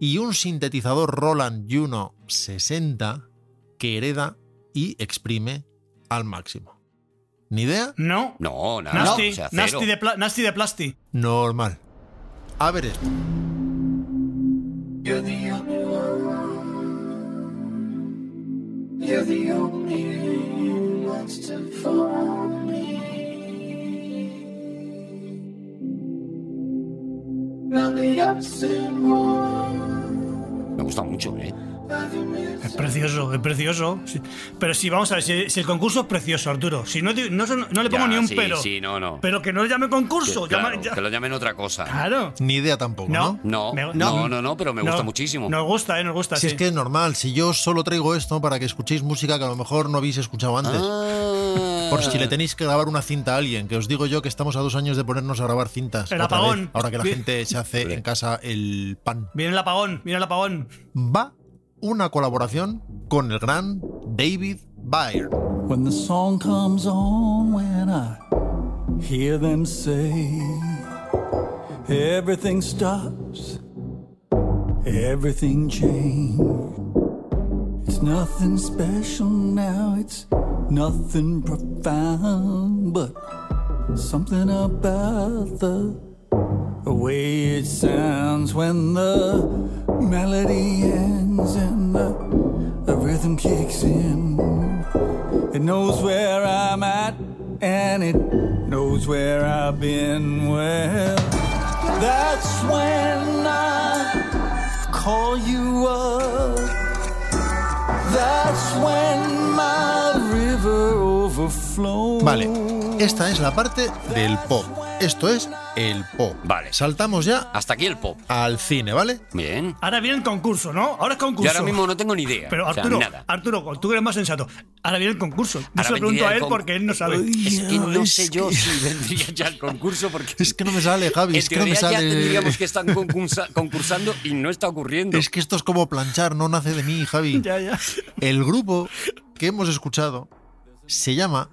C: y un sintetizador Roland Juno 60 que hereda y exprime al máximo. ¿Ni idea?
D: No,
B: No, nada.
D: nasty,
B: o sea, cero.
D: nasty, de pla- nasty de plasti.
C: Normal. A ver esto.
H: You're the only one. You're the only monster for me. Now the absent one.
B: Me gusta mucho, ¿eh?
D: Es precioso, es precioso. Sí. Pero sí, vamos a ver, si, si el concurso es precioso, Arturo. Si no, di- no, se- no le pongo
B: Ya,
D: ni un
B: sí,
D: pero.
B: sí, no, no.
D: Pero que no le llame
B: Que-
D: concurso.
B: claro,
D: llama- ya-
B: que lo llamen otra cosa.
D: claro.
C: Ni idea tampoco, ¿no?
D: No.
B: No,
D: Me-
B: no,
D: no.
B: no, no, pero me
D: No,
B: gusta muchísimo.
D: Nos gusta, eh, nos gusta.
C: Si es
D: sí.
C: que es normal, si yo solo traigo esto para que escuchéis música que a lo mejor no habéis escuchado antes.
B: Ah.
C: Por si le tenéis que grabar una cinta a alguien, que os digo yo que estamos a dos años de ponernos a grabar cintas.
D: El
C: otra
D: apagón.
C: vez, ahora que la
D: Bien.
C: gente se hace en casa el pan.
D: Viene el apagón, viene el apagón.
C: va una colaboración con el gran David Byrne.
M: When the song comes on, when I hear them say, everything stops, everything changed. It's nothing special now, it's nothing profound, but something about the the way it sounds when the melody ends and the, the rhythm kicks in. It knows where I'm at and it knows where I've been. Well, that's when I call you up. That's when my river overflows.
C: Vale, esta es la parte del pop. Esto es el pop.
B: Vale.
C: Saltamos ya.
B: Hasta aquí el pop.
C: Al cine, ¿vale?
B: Bien.
D: Ahora viene el concurso, ¿no? Ahora es concurso.
B: Yo ahora mismo no tengo ni idea.
D: Pero
B: O sea,
D: Arturo,
B: nada.
D: Arturo, tú eres más sensato. Ahora viene el concurso. Yo
B: Ahora
D: se lo pregunto
B: vendría
D: a
B: el
D: él
B: con-
D: porque él no sabe.
B: Es que no sé yo si vendría ya el concurso porque.
C: Es que no me sale, Javi.
B: en
C: Es que no me
B: teoría ya
C: sale.
B: tendríamos que estar concursa- concursando y no está ocurriendo.
C: Es que esto es como planchar, no nace de mí, Javi.
D: Ya, ya.
C: El grupo que hemos escuchado se llama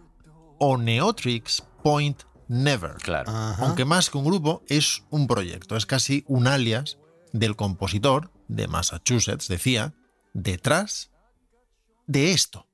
C: Oneotrix Point Never.
B: Claro.
D: Ah.
C: Aunque más que un grupo, es un proyecto. Es casi un alias del compositor de Massachusetts, decía, detrás de esto.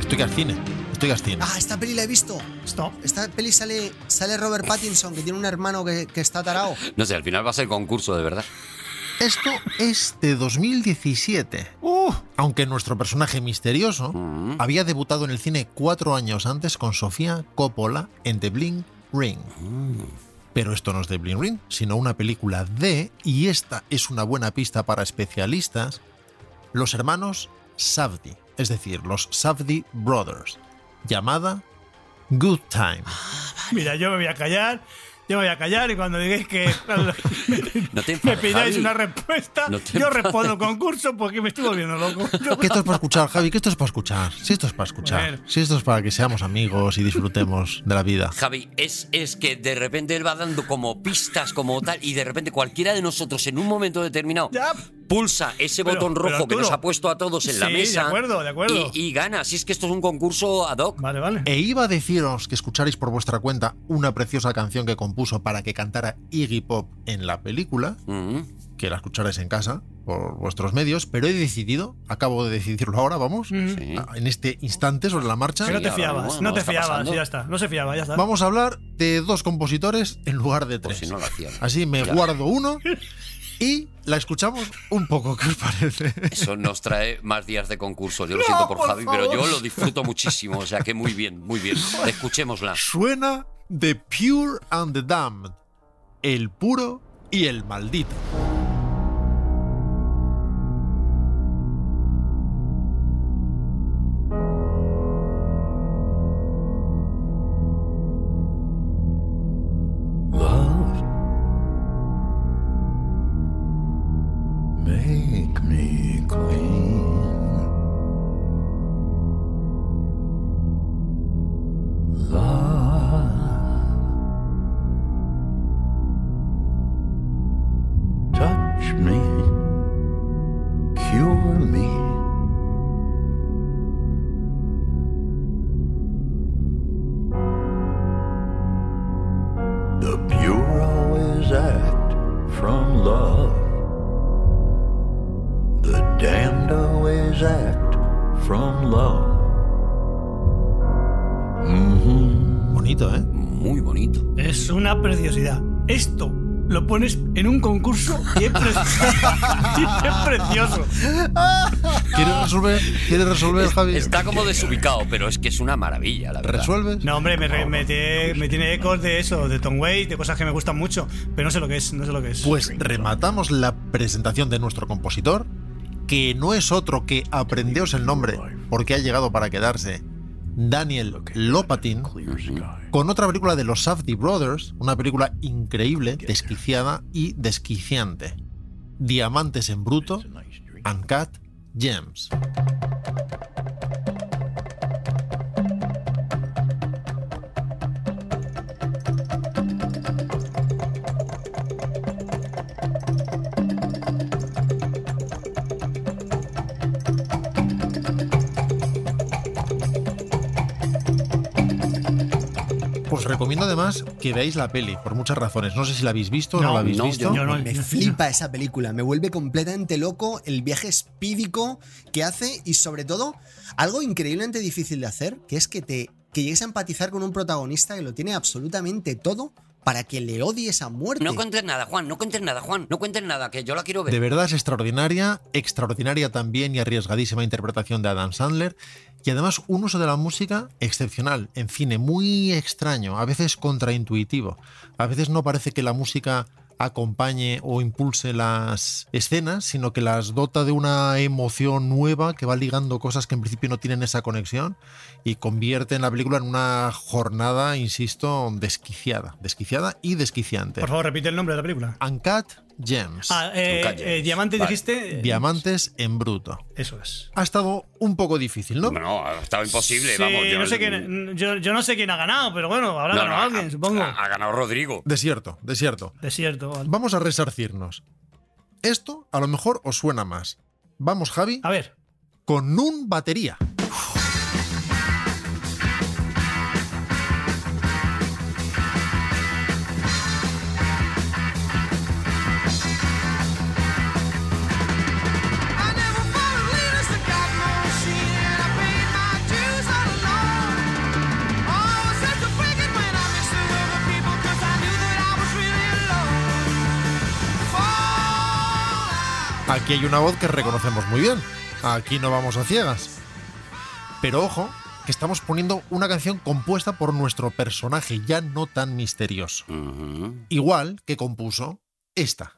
C: Estoy que al cine. Estoy que al cine.
F: Ah, esta peli la he visto.
D: Stop.
F: Esta peli sale, sale Robert Pattinson, que tiene un hermano que, que está tarao.
B: No sé, al final va a ser concurso de verdad.
C: Esto es de 2017.
D: uh,
C: Aunque nuestro personaje misterioso había debutado en el cine cuatro años antes con Sofía Coppola en The Bling Ring. Pero esto no es The Bling Ring, sino una película de, y esta es una buena pista para especialistas, los hermanos Safdie, es decir, los Safdie Brothers, llamada Good Time.
D: Mira, yo me voy a callar. Yo me voy a callar y cuando digáis que
B: No te
D: me
B: enfades,
D: pidáis
B: Javi.
D: una respuesta,
B: No te
D: yo
B: enfades.
D: respondo al concurso porque me estoy volviendo loco.
C: Que esto es para escuchar, Javi, que esto es para escuchar. Si esto es para escuchar.
D: Bueno.
C: Si esto es para que seamos amigos y disfrutemos de la vida.
B: Javi, es, es que de repente él va dando como pistas, como tal, y de repente cualquiera de nosotros en un momento determinado
D: Ya.
B: pulsa ese
D: Pero-
B: botón
D: pero
B: rojo que
D: Arturo.
B: nos ha puesto a todos en la
D: Sí, de
B: mesa.
D: acuerdo, de acuerdo.
B: Y, y gana. Si es que esto es un concurso ad hoc.
D: Vale, vale.
C: E iba a deciros que escucharéis por vuestra cuenta una preciosa canción que compuso para que cantara Iggy Pop en la película,
B: Mm.
C: que la escucharéis en casa por vuestros medios, pero he decidido, acabo de decidirlo ahora, vamos,
B: Sí.
C: a- en este instante sobre la marcha,
D: Que no te
B: ahora
D: fiabas,
B: mismo,
D: no
B: ¿no?
D: te
B: Está
D: fiabas,
B: pasando.
D: y ya está. No se fiaba, ya está.
C: vamos a hablar de dos compositores en lugar de
B: Por
C: tres.
B: Pues si no lo hacían.
C: Así me
B: Ya.
C: guardo uno y la escuchamos un poco, ¿qué os parece?
B: Eso nos trae más días de concurso. Yo lo siento por, Javi, pero yo lo disfruto muchísimo. O sea que muy bien, muy bien. Escuchémosla.
C: Suena The Pure and the Damned, el puro y el maldito.
M: Love, make me clean. Love, touch me, cure me. The pure always act from love. The damned always act from love. Mm-hmm.
C: Bonito, ¿eh?
B: Muy bonito.
D: Es una preciosidad. Esto lo pones en un concurso y es, pre- y es precioso.
C: ¿Quieres resolver? ¿Quieres resolver, Javi?
B: Está como desubicado, pero es que es una maravilla, la verdad.
C: ¿Resuelves?
D: No, hombre, me, re- me tiene, me tiene ecos de eso, de Tom Waits, de cosas que me gustan mucho, pero no sé lo que es, no sé lo que es.
C: Pues rematamos la presentación de nuestro compositor, que no es otro que aprendeos el nombre, porque ha llegado para quedarse, Daniel Lopatin, con otra película de los Safdie Brothers, una película increíble, desquiciada y desquiciante. Diamantes en bruto, Uncut Gems. Os recomiendo además que veáis la peli, por muchas razones. No sé si la habéis visto o no,
D: No,
C: la habéis
B: no,
C: visto.
D: Yo no-
F: Me
D: yo-
F: flipa esa película, me vuelve completamente loco el viaje espídico que hace y sobre todo algo increíblemente difícil de hacer, que es que te que llegues a empatizar con un protagonista que lo tiene absolutamente todo para que le odies a muerte.
B: No cuentes nada, Juan, no cuentes nada, Juan, no cuentes nada, que yo la quiero ver.
C: De verdad es extraordinaria, extraordinaria también y arriesgadísima interpretación de Adam Sandler. Y además un uso de la música excepcional, en cine muy extraño, a veces contraintuitivo. A veces no parece que la música acompañe o impulse las escenas, sino que las dota de una emoción nueva que va ligando cosas que en principio no tienen esa conexión y convierte en la película en una jornada, insisto, desquiciada, desquiciada y desquiciante.
D: Por favor, repite el nombre de la película.
C: Uncut Gems.
D: Ah, eh, eh, diamantes
C: Vale.
D: dijiste.
C: Diamantes en bruto.
D: Eso es.
C: Ha estado un poco difícil, ¿no?
G: No, ha estado imposible,
D: Sí,
G: vamos. Yo
D: no sé quién, yo, yo no sé quién ha ganado, pero bueno, habrá
G: No, ah,
D: ganado
G: no,
D: alguien,
G: ha-
D: supongo.
G: Ha, ha ganado Rodrigo.
C: Desierto, desierto.
D: Desierto. vale.
C: Vamos a resarcirnos. Esto a lo mejor os suena más. Vamos, Javi.
D: A ver.
C: Con un batería.
N: Oh,
C: Aquí hay una voz que reconocemos muy bien. Aquí no vamos a ciegas. Pero ojo, que estamos poniendo una canción compuesta por nuestro personaje ya no tan misterioso. Igual que compuso esta.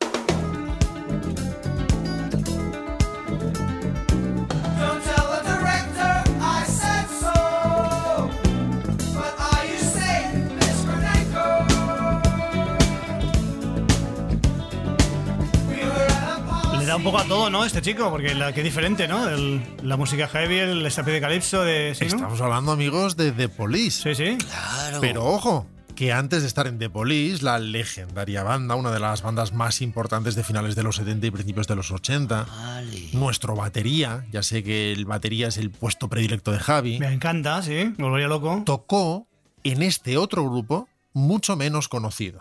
H: Don't tell the director I said so. But are you safe, Miss Renenko? We were at a party.
D: Le da un poco a todo, ¿no? Este chico, porque la que diferente, ¿no? El- la música heavy, el estampide de calipso, de. ¿sí, no?
C: Estamos hablando, amigos, de The
D: Sí,
C: Police.
D: sí.
C: Pero ojo, que antes de estar en The Police, la legendaria banda, una de las bandas más importantes de finales de los 70 y principios de los 80, nuestro batería, ya sé que el batería es el puesto predilecto de Javi,
D: Me encanta, sí. Me volvería loco.
C: tocó en este otro grupo mucho menos conocido.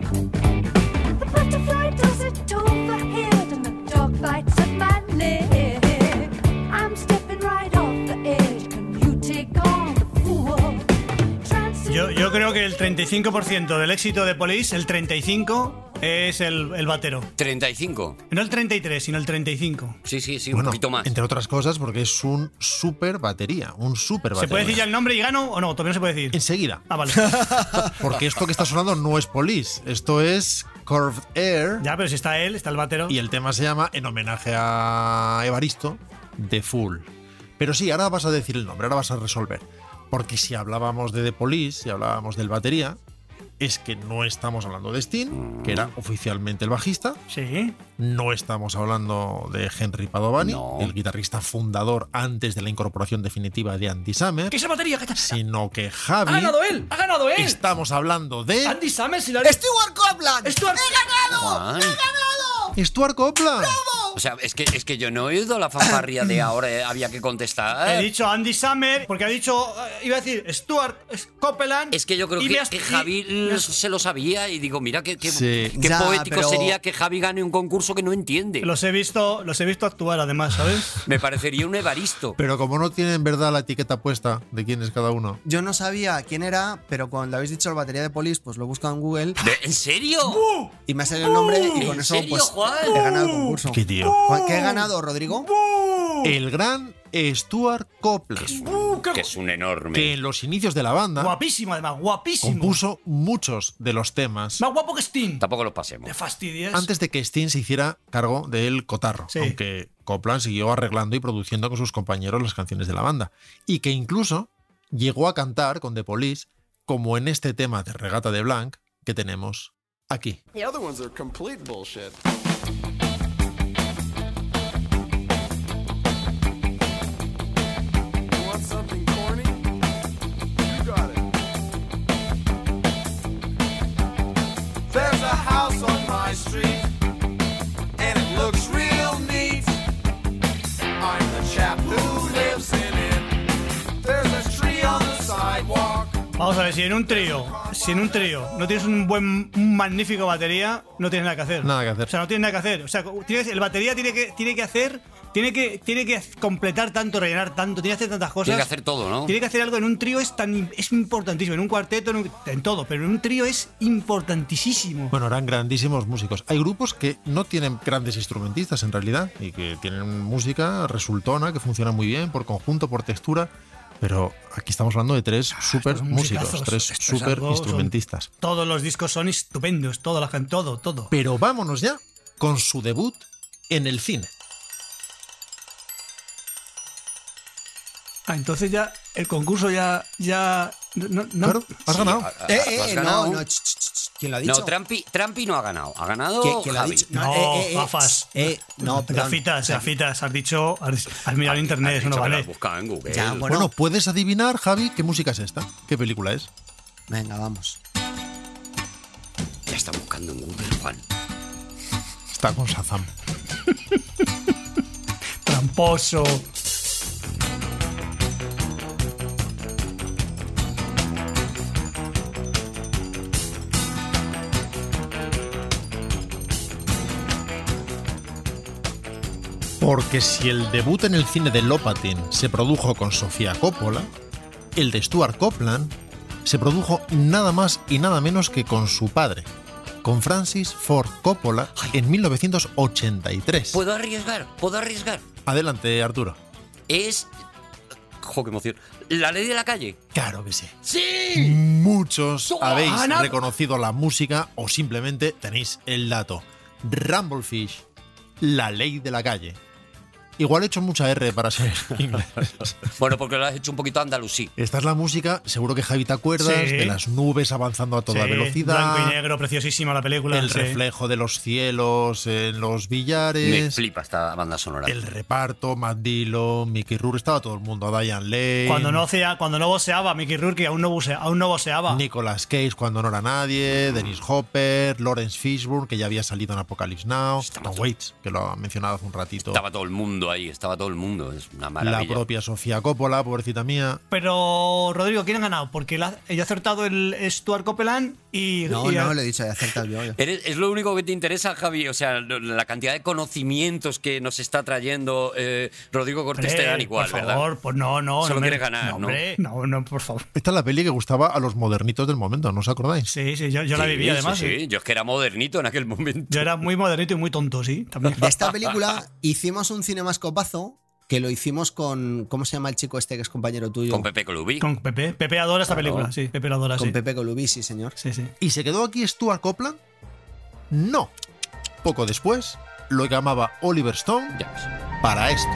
N: The butterfly does it overhead and the dog bites at my leg. I'm stepping right off the edge. Can you take on the fool?
D: Yo, yo creo que el 35% del éxito de Police, el 35% es el, el batero.
B: 35.
D: No el 33, sino el 35.
B: Sí, sí, sí,
C: Bueno,
B: un poquito más.
C: entre otras cosas porque es un super batería, un super
D: ¿Se
C: batería.
D: puede decir ya el nombre y gano o no? Todavía no se puede decir.
C: Enseguida,
D: Ah, vale.
C: porque esto que está sonando no es Police, esto es Curved Air
D: ya, pero si está él, está el batero.
C: y el tema se llama en homenaje a Evaristo The Fool. Pero sí, ahora vas a decir el nombre, ahora vas a resolver. Porque si hablábamos de The Police, si hablábamos del batería, es que no estamos hablando de Steen, que era oficialmente el bajista,
D: Sí.
C: No estamos hablando de Henry Padovani, el guitarrista fundador antes de la incorporación definitiva de Andy Summer,
L: ¿Qué es la batería? ¿Qué tal?
C: sino que Javi.
L: ¡Ha ganado él! ¡Ha ganado él! Ah,
C: Estamos hablando de.
L: Andy Summers y la...
F: ¡Stewart Copeland!
L: Stuart-
F: ¡He ganado!
B: Juan.
C: Stuart Copeland.
B: O sea, es que, es que yo no he oído la fanfarria de ahora eh, había que
D: He
B: contestar.
D: dicho Andy Summer, porque ha dicho, eh, iba a decir Stuart Copeland.
B: Es que yo creo
D: y
B: que,
D: me has-
B: que
D: y-
B: Javi lo- se lo sabía y digo, mira, qué, qué,
C: Sí.
B: qué
F: Ya,
B: poético
F: pero-
B: sería que Javi gane un concurso que no entiende.
D: Los he visto, los he visto actuar además, ¿sabes?
B: Me parecería un evaristo.
C: Pero como no tienen en verdad la etiqueta puesta de quién es cada uno.
F: Yo no sabía quién era, pero cuando habéis dicho el batería de Police, pues lo he buscado en Google
B: ¿De- ¿En serio?
F: y me ha salido el nombre y con
B: Uh, ¿En
F: eso
B: serio,
F: pues
B: Juan?
F: he ganado el concurso.
C: Qué tío.
F: Juan, ¿Qué he ganado, Rodrigo?
C: El gran Stuart Copeland,
G: Que es un enorme.
C: que en los inicios de la banda
D: Uh, Guapísimo además, guapísimo.
C: compuso muchos de los temas
D: Más guapo que Steam.
B: Tampoco los pasemos.
D: Te fastidies.
C: antes de que Steen se hiciera cargo del cotarro,
D: Sí.
C: aunque Copland siguió arreglando y produciendo con sus compañeros las canciones de la banda, y que incluso llegó a cantar con The Police, como en este tema de Regata de Blanc que tenemos aquí.
O: The other ones are complete bullshit. You want something corny? You got it.
H: There's a house on my street, and it looks real neat. I'm the chap who lives in it. There's a tree on the sidewalk.
D: Vamos Vamos a ver, si en un trío, si en un trío no tienes un buen, un magnífico batería, no tienes nada que hacer.
C: Nada que hacer.
D: O sea, no tienes nada que hacer. O sea, tienes- el batería tiene que, tiene que hacer, tiene que, tiene que completar tanto, rellenar tanto, tiene que hacer tantas cosas.
B: Tiene que hacer todo, ¿no?
D: Tiene que hacer algo en un trío es tan es importantísimo, en un cuarteto, en, un- en todo, pero en un trío es importantísimo.
C: Bueno, eran grandísimos músicos. Hay grupos que no tienen grandes instrumentistas en realidad y que tienen música resultona, que funciona muy bien por conjunto, por textura, pero aquí estamos hablando de tres súper
D: Ah, son
C: músicos,
D: musicazos.
C: tres
D: Esto es
C: súper
D: algo- son-
C: instrumentistas.
D: Todos los discos son estupendos, todo, la, gen- todo, todo.
C: Pero vámonos ya con su debut en el cine.
D: Ah, entonces ya el concurso ya. ya no, no- ah,
C: Claro, has ganado.
F: Eh,
B: ¿Tú has
F: eh,
B: ganado?
F: no, no. ch, ch, ch, ¿Quién lo ha dicho?
B: No, Trampi, Trampi no ha ganado. Ha ganado
F: ¿Qui- quién lo ha
B: Oh, Javi.
F: dicho?
D: No,
F: eh, eh, eh,
D: gafas.
F: eh, no, perdón.
D: Gafitas, gafitas. Has dicho. Has, has mirado en internet, eso no
B: Dicho que lo Ah, has
D: vale.
B: buscado en Google.
F: Ya,
C: Bueno,
F: bueno.
C: puedes adivinar, Javi, qué música es esta, qué película es.
F: Venga, vamos.
B: Ya está buscando en Google, Juan.
C: Está con Shazam.
D: Tramposo.
C: Porque si el debut en el cine de Lopatin se produjo con Sofía Coppola, el de Stuart Copeland se produjo nada más y nada menos que con su padre, con Francis Ford Coppola en 1983.
B: ¿Puedo arriesgar? ¿Puedo arriesgar?
C: Adelante, Arturo.
B: Es. ¡Jo, qué emoción! La ley de la calle.
C: Claro que sí.
B: ¡Sí!
C: Muchos habéis
B: Ana-
C: reconocido la música o simplemente tenéis el dato. Rumblefish, la ley de la calle. Igual he hecho mucha R para ser inglés.
B: Bueno, porque lo has hecho un poquito andalusí.
C: Esta es la música, seguro que Javi te acuerdas,
D: Sí.
C: de las nubes avanzando a toda
D: Sí, Blanco y
C: velocidad,
D: negro, preciosísima la película.
C: el
D: sí.
C: reflejo de los cielos en los
B: Me
C: billares,
B: flipa esta banda sonora.
C: el reparto, Matt Dillon, Mickey Rourke, estaba todo el mundo, Diane Lane,
D: Cuando no, ocea- cuando no boceaba, Mickey Rourke aún no, buce- aún no boceaba.
C: Nicolas Cage cuando no era nadie, Dennis Hopper, Lawrence Fishburne, que ya había salido en Apocalypse Now, Tom Waits, que lo ha mencionado hace un ratito,
B: Estaba todo el mundo ahí, estaba todo el mundo. Es una
C: la
B: maravilla.
C: propia Sofía Coppola, pobrecita mía,
D: Pero, Rodrigo, ¿quién ha ganado? Porque la- yo he acertado el Stuart Copeland y.
F: No,
D: y-
F: no, le he dicho, he acertado yo. yo.
B: Eres- es lo único que te interesa, Javi. O sea, lo- la cantidad de conocimientos que nos está trayendo eh, Rodrigo Cortés te
D: Hombre,
B: dan igual,
D: por
B: ¿verdad?
D: favor, pues no, no.
B: Solo
D: no me-
B: quieres ganar, ¿no?
D: hombre, no, no, por favor.
C: Esta es la peli que gustaba a los modernitos del momento, ¿no os acordáis?
D: Sí, sí, yo, yo la
B: Sí,
D: viví
B: sí,
D: además. ¿eh?
B: Sí, yo es que era modernito en aquel momento.
D: Yo era muy modernito y muy tonto, sí, también.
F: De esta película hicimos un cinemascopazo que lo hicimos con. ¿Cómo se llama el chico este que es compañero tuyo?
B: Con Pepe Colubi.
D: Con Pepe. Pepe adora esta
B: Claro.
D: película, sí. Pepe la adora,
F: Con
D: Ah, sí.
F: Pepe Colubi, sí, señor.
D: Sí, sí.
C: ¿Y se quedó aquí Stuart Copeland? No. Poco después, lo llamaba Oliver Stone
B: Ya ves.
C: para esto.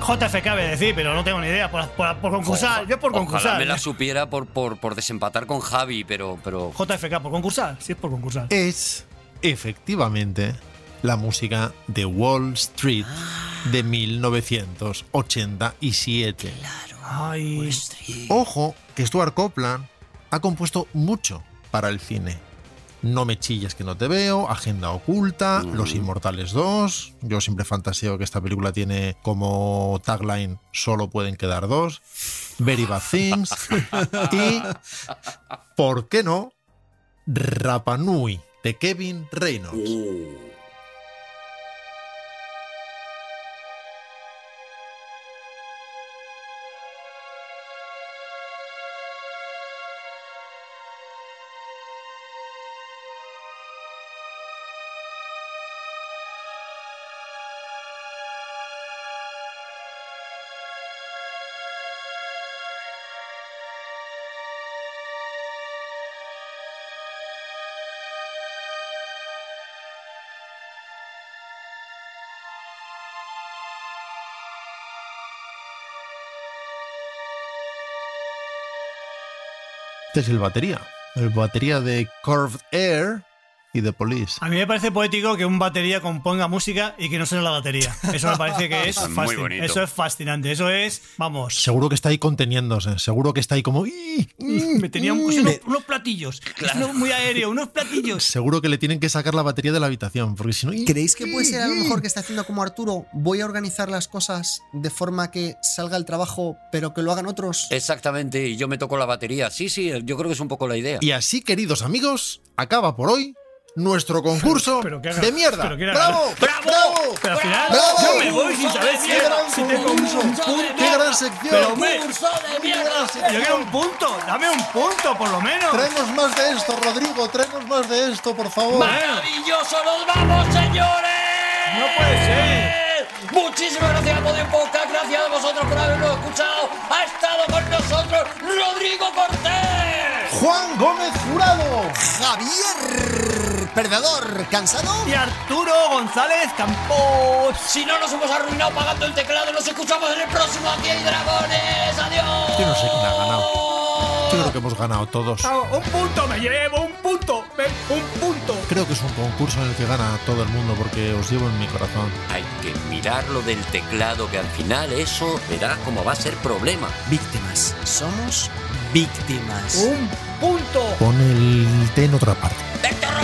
D: JFK voy a decir, pero no tengo ni idea. Por, por, por concursar, yo por
B: Ojalá
D: concursar. ¿eh?
B: me la supiera por, por, por desempatar con Javi, pero. pero
D: JFK, por concursar, sí es por concursar.
C: Es efectivamente la música de Wall Street de 1987.
D: Ay,
C: Ojo que Stuart Copeland ha compuesto mucho para el cine. No me chilles que no te veo, Agenda Oculta, Los Inmortales 2. Yo siempre fantaseo que esta película tiene como tagline solo pueden quedar dos. Very Bad Things. y, ¿por qué no? Rapanui de Kevin Reynolds. Este es el batería. El batería de Curved Air y The Police.
D: A mí me parece poético que un batería componga música y que no suene la batería. Eso me parece que es,
C: Eso es muy
D: fascin-
C: bonito.
D: Eso es fascinante. Eso es, vamos.
C: Seguro que está ahí conteniéndose, seguro que está ahí como... "Ih,
D: Mm, Me tenía un-
C: mm".
D: unos, unos platillos. Uno muy aéreo, unos platillos.
C: Seguro que le tienen que sacar la batería de la habitación, porque si no... "Ih".
F: ¿Creéis que puede ser a lo mejor que está haciendo como Arturo? Voy a organizar las cosas de forma que salga el trabajo, pero que lo hagan otros.
B: Eh. Exactamente, y yo me toco la batería. Sí, sí, yo creo que es un poco la idea.
C: Y así, queridos amigos, acaba por hoy nuestro concurso de mierda.
B: pero que haga-
C: ¡Bravo!
B: ¡Bravo!
C: ¡Bravo!
D: Pero al final,
C: ¡Bravo!
D: yo me voy sin saber si,
C: ¡Qué gran
D: si tengo un
C: concurso!
D: punto.
C: ¡Qué gran sección!
D: Pero, hombre,
C: ¡Concurso de mierda!
D: Yo quiero un punto. Dame un punto, por lo menos.
C: Traemos más de esto, Rodrigo, traemos más de esto, por favor.
B: ¡Maravilloso! ¡Nos vamos, señores! ¡No puede ser! Muchísimas gracias a Podium Podcast, gracias a vosotros por habernos escuchado. Ha estado con nosotros Rodrigo Cortés.
F: Juan Gómez Jurado. Javier Perdedor Cansado.
D: Y Arturo González Campos.
B: Si no nos hemos arruinado pagando el teclado, nos escuchamos en el próximo Aquí hay Dragones. ¡Adiós!
C: Yo no sé quién ha ganado. Yo creo que hemos ganado todos.
D: Ah, Un punto me llevo, un punto. me- Un punto.
C: Creo que es un concurso en el que gana todo el mundo porque os llevo en mi corazón.
B: Hay que mirar lo del teclado, que al final eso verá cómo va a ser problema.
F: Víctimas. Somos víctimas.
D: Un punto. Oh.
C: Pon el té en otra parte.
B: ¡Vete, Rodrigo!